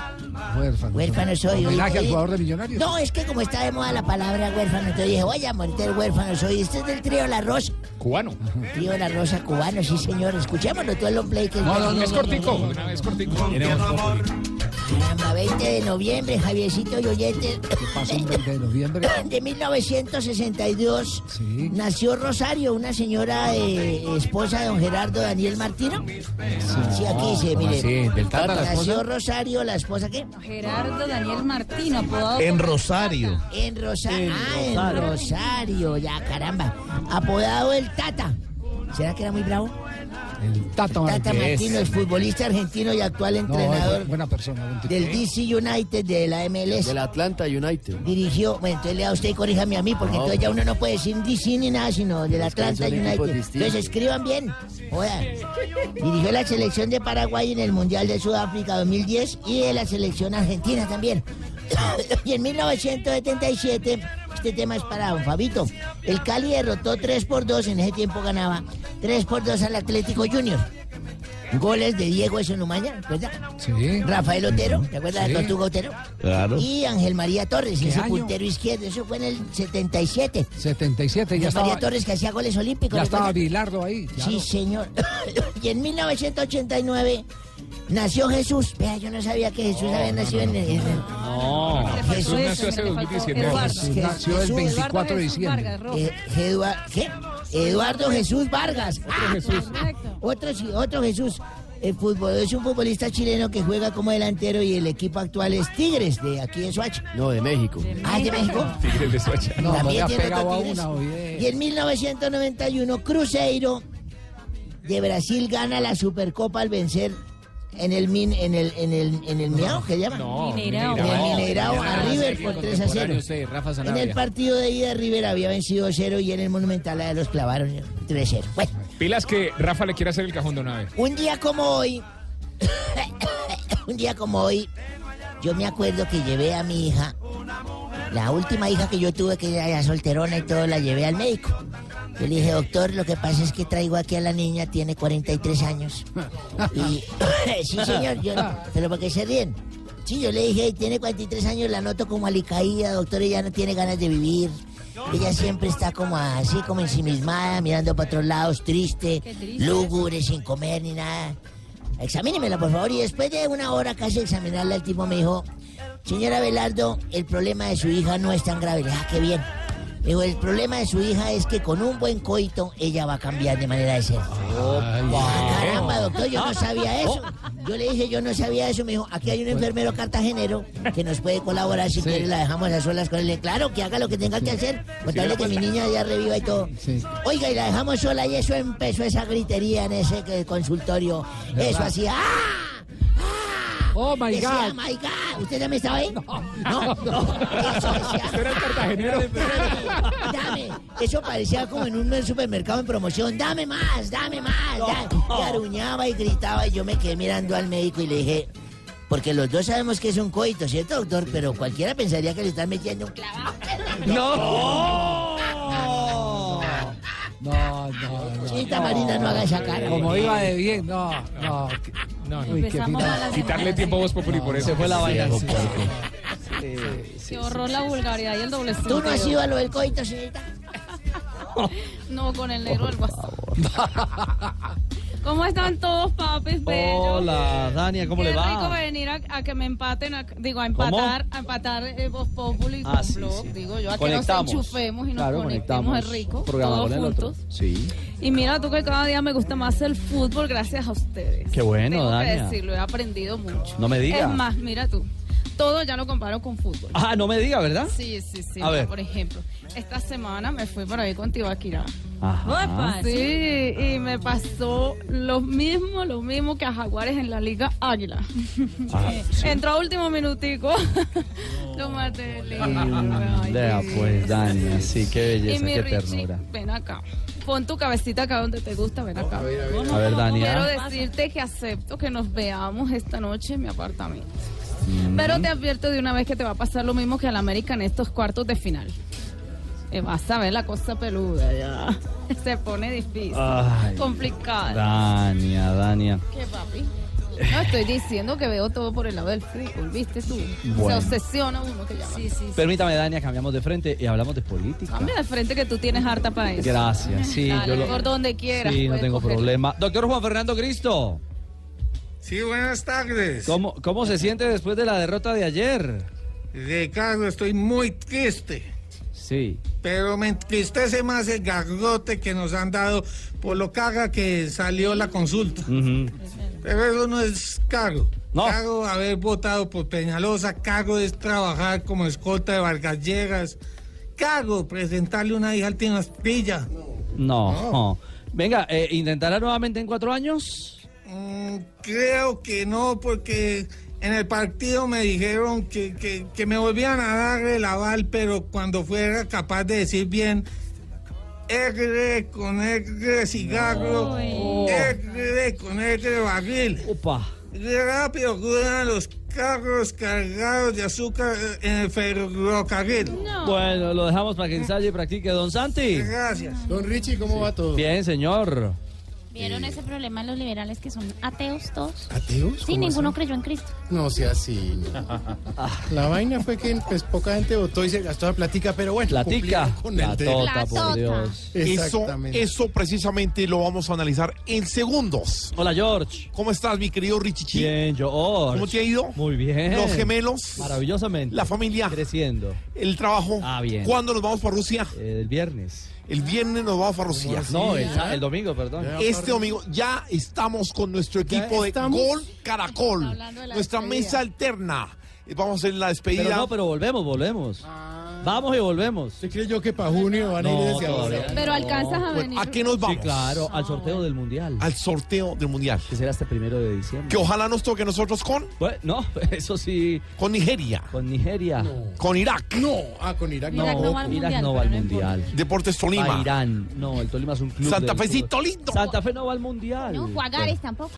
Speaker 6: Huérfano.
Speaker 27: Huérfano soy.
Speaker 6: Homenaje al
Speaker 27: Oye,
Speaker 6: jugador de Millonarios.
Speaker 27: No, es que como está de moda la palabra huérfano, entonces dije, voy a meter huérfano soy. Este es del trío La Rosa.
Speaker 14: Cubano.
Speaker 27: Trío La Rosa cubano, sí señor. Escuchémoslo, tú el play que es bueno.
Speaker 14: es cortico. una vez cortico.
Speaker 27: Caramba, 20 de noviembre, Javiercito y oyentes.
Speaker 6: Pasó un 20 de noviembre.
Speaker 27: De 1962 nació Rosario, una señora eh, esposa de don Gerardo Daniel Martino. Sí, aquí dice,
Speaker 25: ¿Cómo
Speaker 27: mire.
Speaker 25: así? ¿Del Tata la
Speaker 27: nació
Speaker 25: esposa?
Speaker 27: Rosario, la esposa qué?
Speaker 25: Gerardo Daniel Martino, apodado.
Speaker 27: En
Speaker 25: como-
Speaker 8: Rosario.
Speaker 27: En Rosario.
Speaker 25: En
Speaker 27: Ah, en
Speaker 25: Rosario.
Speaker 27: Rosario, ya caramba. Apodado el Tata. ¿Será que era muy bravo?
Speaker 6: Tata
Speaker 27: Tata Martino es
Speaker 6: Martínez.
Speaker 27: futbolista argentino y actual
Speaker 6: No, es
Speaker 27: entrenador
Speaker 6: buena persona. buen tipo.
Speaker 27: del DC United de la MLS.
Speaker 29: Del Atlanta United.
Speaker 27: dirigió, bueno, entonces lea usted y corríjame a mí, porque
Speaker 29: No,
Speaker 27: entonces ya
Speaker 29: pues.
Speaker 27: uno no puede decir DC ni nada, sino del
Speaker 29: Es que
Speaker 27: Atlanta
Speaker 29: son
Speaker 27: United.
Speaker 29: equipos distintos.
Speaker 27: Entonces escriban bien. Oigan. Dirigió la selección de Paraguay en el Mundial de Sudáfrica 2010 y de la selección argentina también. y en 1977, este tema es para don Fabito, el Cali derrotó 3 por 2, en ese tiempo ganaba 3 por 2 al Atlético Junior. Goles de Diego Esonumaña, ¿verdad?
Speaker 6: Sí.
Speaker 27: Rafael Otero, ¿te acuerdas
Speaker 6: Sí.
Speaker 27: de Tortuga Otero?
Speaker 6: Claro.
Speaker 27: Y Ángel María Torres,
Speaker 6: ¿Qué
Speaker 27: ese
Speaker 6: año?
Speaker 27: puntero izquierdo, eso fue en el 77.
Speaker 6: 77, ya
Speaker 27: Ángel María
Speaker 6: estaba.
Speaker 27: Torres que hacía goles olímpicos.
Speaker 6: Ya estaba
Speaker 27: ¿recuerda?
Speaker 6: Bilardo ahí. claro.
Speaker 27: Sí, señor. y en 1989 nació Jesús. Vea, yo no sabía que Jesús había nacido en el...
Speaker 14: No. Jesús nació hace 2017.
Speaker 6: No, Jesús nació el 24 de diciembre.
Speaker 27: Eh, Eduard- ¿qué? Eduardo Jesús Vargas. Ah,
Speaker 14: Jesús.
Speaker 27: Otro, sí, otro Jesús. El fútbol, es un futbolista chileno que juega como delantero y el equipo actual es Tigres de aquí de Soacha.
Speaker 29: No, de México.
Speaker 27: Ah, ¿es de México.
Speaker 14: Tigres de Soacha.
Speaker 6: No, no le
Speaker 27: También
Speaker 6: ha
Speaker 27: tiene
Speaker 6: pegado
Speaker 27: otro
Speaker 6: a
Speaker 27: Tigres.
Speaker 6: una, oye.
Speaker 27: Y en 1991, Cruzeiro de Brasil gana la Supercopa al vencer en el Min, en el, en el, en el Miau, ¿qué llaman?
Speaker 25: No, Mineirao.
Speaker 27: En el Mineirao a
Speaker 25: Mineirao.
Speaker 27: River por 3 a 0.
Speaker 1: Usted, Rafa
Speaker 27: En el
Speaker 1: Sanabria.
Speaker 27: partido de ida River había vencido 0 y en el Monumental a los clavaron 3 0. Bueno,
Speaker 14: Pilas que Rafa le quiere hacer el cajón de una vez.
Speaker 27: un día como hoy, un día como hoy, yo me acuerdo que llevé a mi hija, la última hija que yo tuve, que era ya solterona y todo, la llevé al médico. Yo le dije, doctor, lo que pasa es que traigo aquí a la niña, tiene 43 años. Y, sí, señor, yo,
Speaker 25: Ah.
Speaker 27: pero porque se ríen. Sí, yo le dije, "Ey, tiene 43 años, la noto como alicaída, doctor, ella no tiene ganas de vivir. Ella siempre está como así, como ensimismada, mirando para otros lados, triste,
Speaker 25: Qué triste.
Speaker 27: lúgubre, sin comer ni nada. Examínemela, por favor. Y después de una hora casi de examinarla, el tipo me dijo, señora Velardo, el problema de su hija no es tan grave. Le dije, ah, qué bien. Me dijo, el problema de su hija es que con un buen coito ella va a cambiar de manera de ser. Ah, caramba, doctor, yo no sabía eso. Yo le dije, yo no sabía eso. Me dijo, aquí hay un enfermero cartagenero que nos puede colaborar. Si quiere, la dejamos a solas con él. Le dije, Claro, que haga lo que tenga que hacer. Contarle que mi niña ya reviva y todo. Oiga, y la dejamos sola y eso empezó esa gritería en ese que- consultorio. Eso hacía. ¡Ah!
Speaker 6: Oh my
Speaker 27: Decía,
Speaker 6: God.
Speaker 27: my God. ¿Usted ya me estaba ahí? No, no. Eso decía.
Speaker 14: Era el cartagenero.
Speaker 27: Dame. Eso parecía como en un supermercado en promoción. Dame más, dame más. da- Y aruñaba y gritaba. Y yo me quedé mirando al médico y le dije. Porque los dos sabemos que es un coito, ¿cierto, doctor? Pero cualquiera pensaría que le están metiendo un clavado.
Speaker 6: ¡No! No, no, no.
Speaker 27: Chita Marina, no haga esa cara.
Speaker 6: Como iba de bien, no, no.
Speaker 14: No, no.
Speaker 28: Empezamos a la
Speaker 14: Quitarle tiempo a Voz Populi por eso. Se fue la vaina.
Speaker 28: Se ahorró la vulgaridad y el doble
Speaker 27: ¿Tú no has
Speaker 28: sentido.
Speaker 27: ido a lo del coito, señorita?
Speaker 28: No, con el negro del WhatsApp. ¿Cómo están todos, papis bellos?
Speaker 9: Hola, Dania, ¿cómo
Speaker 28: Qué
Speaker 9: le va?
Speaker 28: rico venir a, a que me empaten, a- digo, a empatar, a empatar eh, Voz Populi con
Speaker 9: Ah, sí,
Speaker 28: Blog,
Speaker 9: sí.
Speaker 28: digo yo, a que nos
Speaker 9: Conectamos.
Speaker 28: enchufemos y nos
Speaker 9: Claro,
Speaker 28: conectemos, es rico,
Speaker 9: Programa
Speaker 28: todos
Speaker 9: con el otro.
Speaker 28: juntos.
Speaker 9: Sí.
Speaker 28: Y mira tú que cada día me gusta más el fútbol gracias a ustedes.
Speaker 9: Qué bueno,
Speaker 28: Tengo que
Speaker 9: Dania.
Speaker 28: decirlo, he aprendido mucho.
Speaker 9: No me diga.
Speaker 28: Es más, mira tú, todo ya lo comparo con fútbol.
Speaker 9: Ah, no me diga, ¿verdad?
Speaker 28: Sí, sí, sí.
Speaker 9: A
Speaker 28: mira,
Speaker 9: ver.
Speaker 28: Por ejemplo, esta semana me fui por ahí con Tibaquirá.
Speaker 9: Ajá.
Speaker 28: Sí, y me pasó lo mismo, lo mismo que a Jaguares en la Liga Águila.
Speaker 9: Ah,
Speaker 28: Entró a último minutico. lo maté. le- ay,
Speaker 9: Vea pues, Dania, sí, qué
Speaker 28: y
Speaker 9: belleza,
Speaker 28: mi
Speaker 9: qué
Speaker 28: Richie,
Speaker 9: ternura.
Speaker 28: ven acá. Pon tu cabecita acá donde te gusta, ven acá.
Speaker 9: A ver,
Speaker 28: Quiero
Speaker 9: Dania.
Speaker 28: decirte que acepto que nos veamos esta noche en mi apartamento.
Speaker 9: Mm.
Speaker 28: Pero te advierto de una vez que te va a pasar lo mismo que al América en estos cuartos de final. Eh, vas a ver la cosa peluda ya. Se pone difícil,
Speaker 9: Ay,
Speaker 28: complicada.
Speaker 9: Dania, Dania.
Speaker 28: ¿Qué, papi? No, estoy diciendo que veo todo por el lado del fútbol, ¿viste tú? Se
Speaker 9: Bueno.
Speaker 28: obsesiona uno que llama. Sí, sí,
Speaker 9: Permítame, Dania, cambiamos de frente y hablamos de política.
Speaker 28: Cambia de frente que tú tienes harta para eso.
Speaker 9: Gracias, sí,
Speaker 28: Dale,
Speaker 9: yo lo-
Speaker 28: por donde quieras.
Speaker 9: Sí, no
Speaker 28: puedes
Speaker 9: tengo
Speaker 28: coger.
Speaker 9: problema. Doctor Juan Fernando Cristo.
Speaker 15: Sí, buenas tardes.
Speaker 9: ¿Cómo, ¿Cómo se siente después de la derrota de ayer?
Speaker 15: Ricardo, estoy muy triste.
Speaker 9: Sí.
Speaker 15: Pero me entristece más el garrote que nos han dado por lo cara que salió la consulta. Pero eso no es caro. Caro haber votado por Peñalosa, caro es trabajar como escolta de Vargas Lleras, caro presentarle una hija al Tino Asprilla.
Speaker 9: No. Venga, eh, ¿intentará nuevamente en cuatro años?
Speaker 15: Mm, creo que no, porque en el partido me dijeron que, que- que me volvían a dar el aval, pero cuando fuera capaz de decir bien R con R cigarro, R con R barril. Rápido ruedan los carros cargados de azúcar eh, en el ferrocarril.
Speaker 9: Bueno, lo dejamos para que ensaye y practique. Don Santi.
Speaker 15: Gracias.
Speaker 25: Don Richie, ¿cómo va todo?
Speaker 9: Bien, señor.
Speaker 25: ¿Vieron ese problema de los liberales que son ateos todos? ¿Ateos? Sí, ¿Cómo ninguno así? creyó en Cristo. No sea así. La vaina fue que pues, poca gente votó y se gastó la platica, pero bueno. Platica. cumplieron con el deber.
Speaker 9: tota,
Speaker 25: Eso,
Speaker 26: Eso, eso precisamente lo vamos a analizar en segundos.
Speaker 9: Hola, George.
Speaker 26: ¿Cómo estás, mi querido Richichi?
Speaker 9: Bien, George.
Speaker 26: ¿Cómo te ha ido?
Speaker 9: Muy bien.
Speaker 26: Los gemelos.
Speaker 9: Maravillosamente.
Speaker 26: La familia.
Speaker 9: Creciendo.
Speaker 26: El trabajo.
Speaker 9: Ah, bien.
Speaker 26: ¿Cuándo nos vamos para Rusia?
Speaker 9: el viernes.
Speaker 26: El viernes nos vamos para Rusia.
Speaker 9: No, el, sa- el domingo, perdón.
Speaker 26: Este domingo ya estamos con nuestro
Speaker 9: Ya
Speaker 26: equipo de
Speaker 9: estamos.
Speaker 26: Gol Caracol,
Speaker 9: hablando de la
Speaker 26: nuestra
Speaker 9: despedida.
Speaker 26: mesa alterna. Eh, Vamos a hacer la despedida. Ah.
Speaker 9: Pero no, pero volvemos, volvemos. Vamos y volvemos. ¿Usted cree yo que para junio van
Speaker 25: a ir
Speaker 26: desde ahora?
Speaker 28: Pero alcanzas a
Speaker 26: Bueno,
Speaker 28: venir.
Speaker 26: ¿A qué nos vamos?
Speaker 9: Sí, claro, al sorteo del Mundial.
Speaker 26: Al sorteo del Mundial.
Speaker 9: Que será este primero de diciembre.
Speaker 26: Que ojalá nos toque nosotros con.
Speaker 9: Bueno, no, eso sí.
Speaker 26: Con Nigeria.
Speaker 9: Con Nigeria.
Speaker 26: Con Irak.
Speaker 25: No, ah, con Irak
Speaker 9: No, Irak no va al Mundial.
Speaker 26: Deportes Tolima.
Speaker 9: A Irán. No, el Tolima es un club.
Speaker 26: Santa
Speaker 9: del
Speaker 26: Fecito
Speaker 9: fútbol. Santa Fe no va al Mundial.
Speaker 25: No, Juagares tampoco.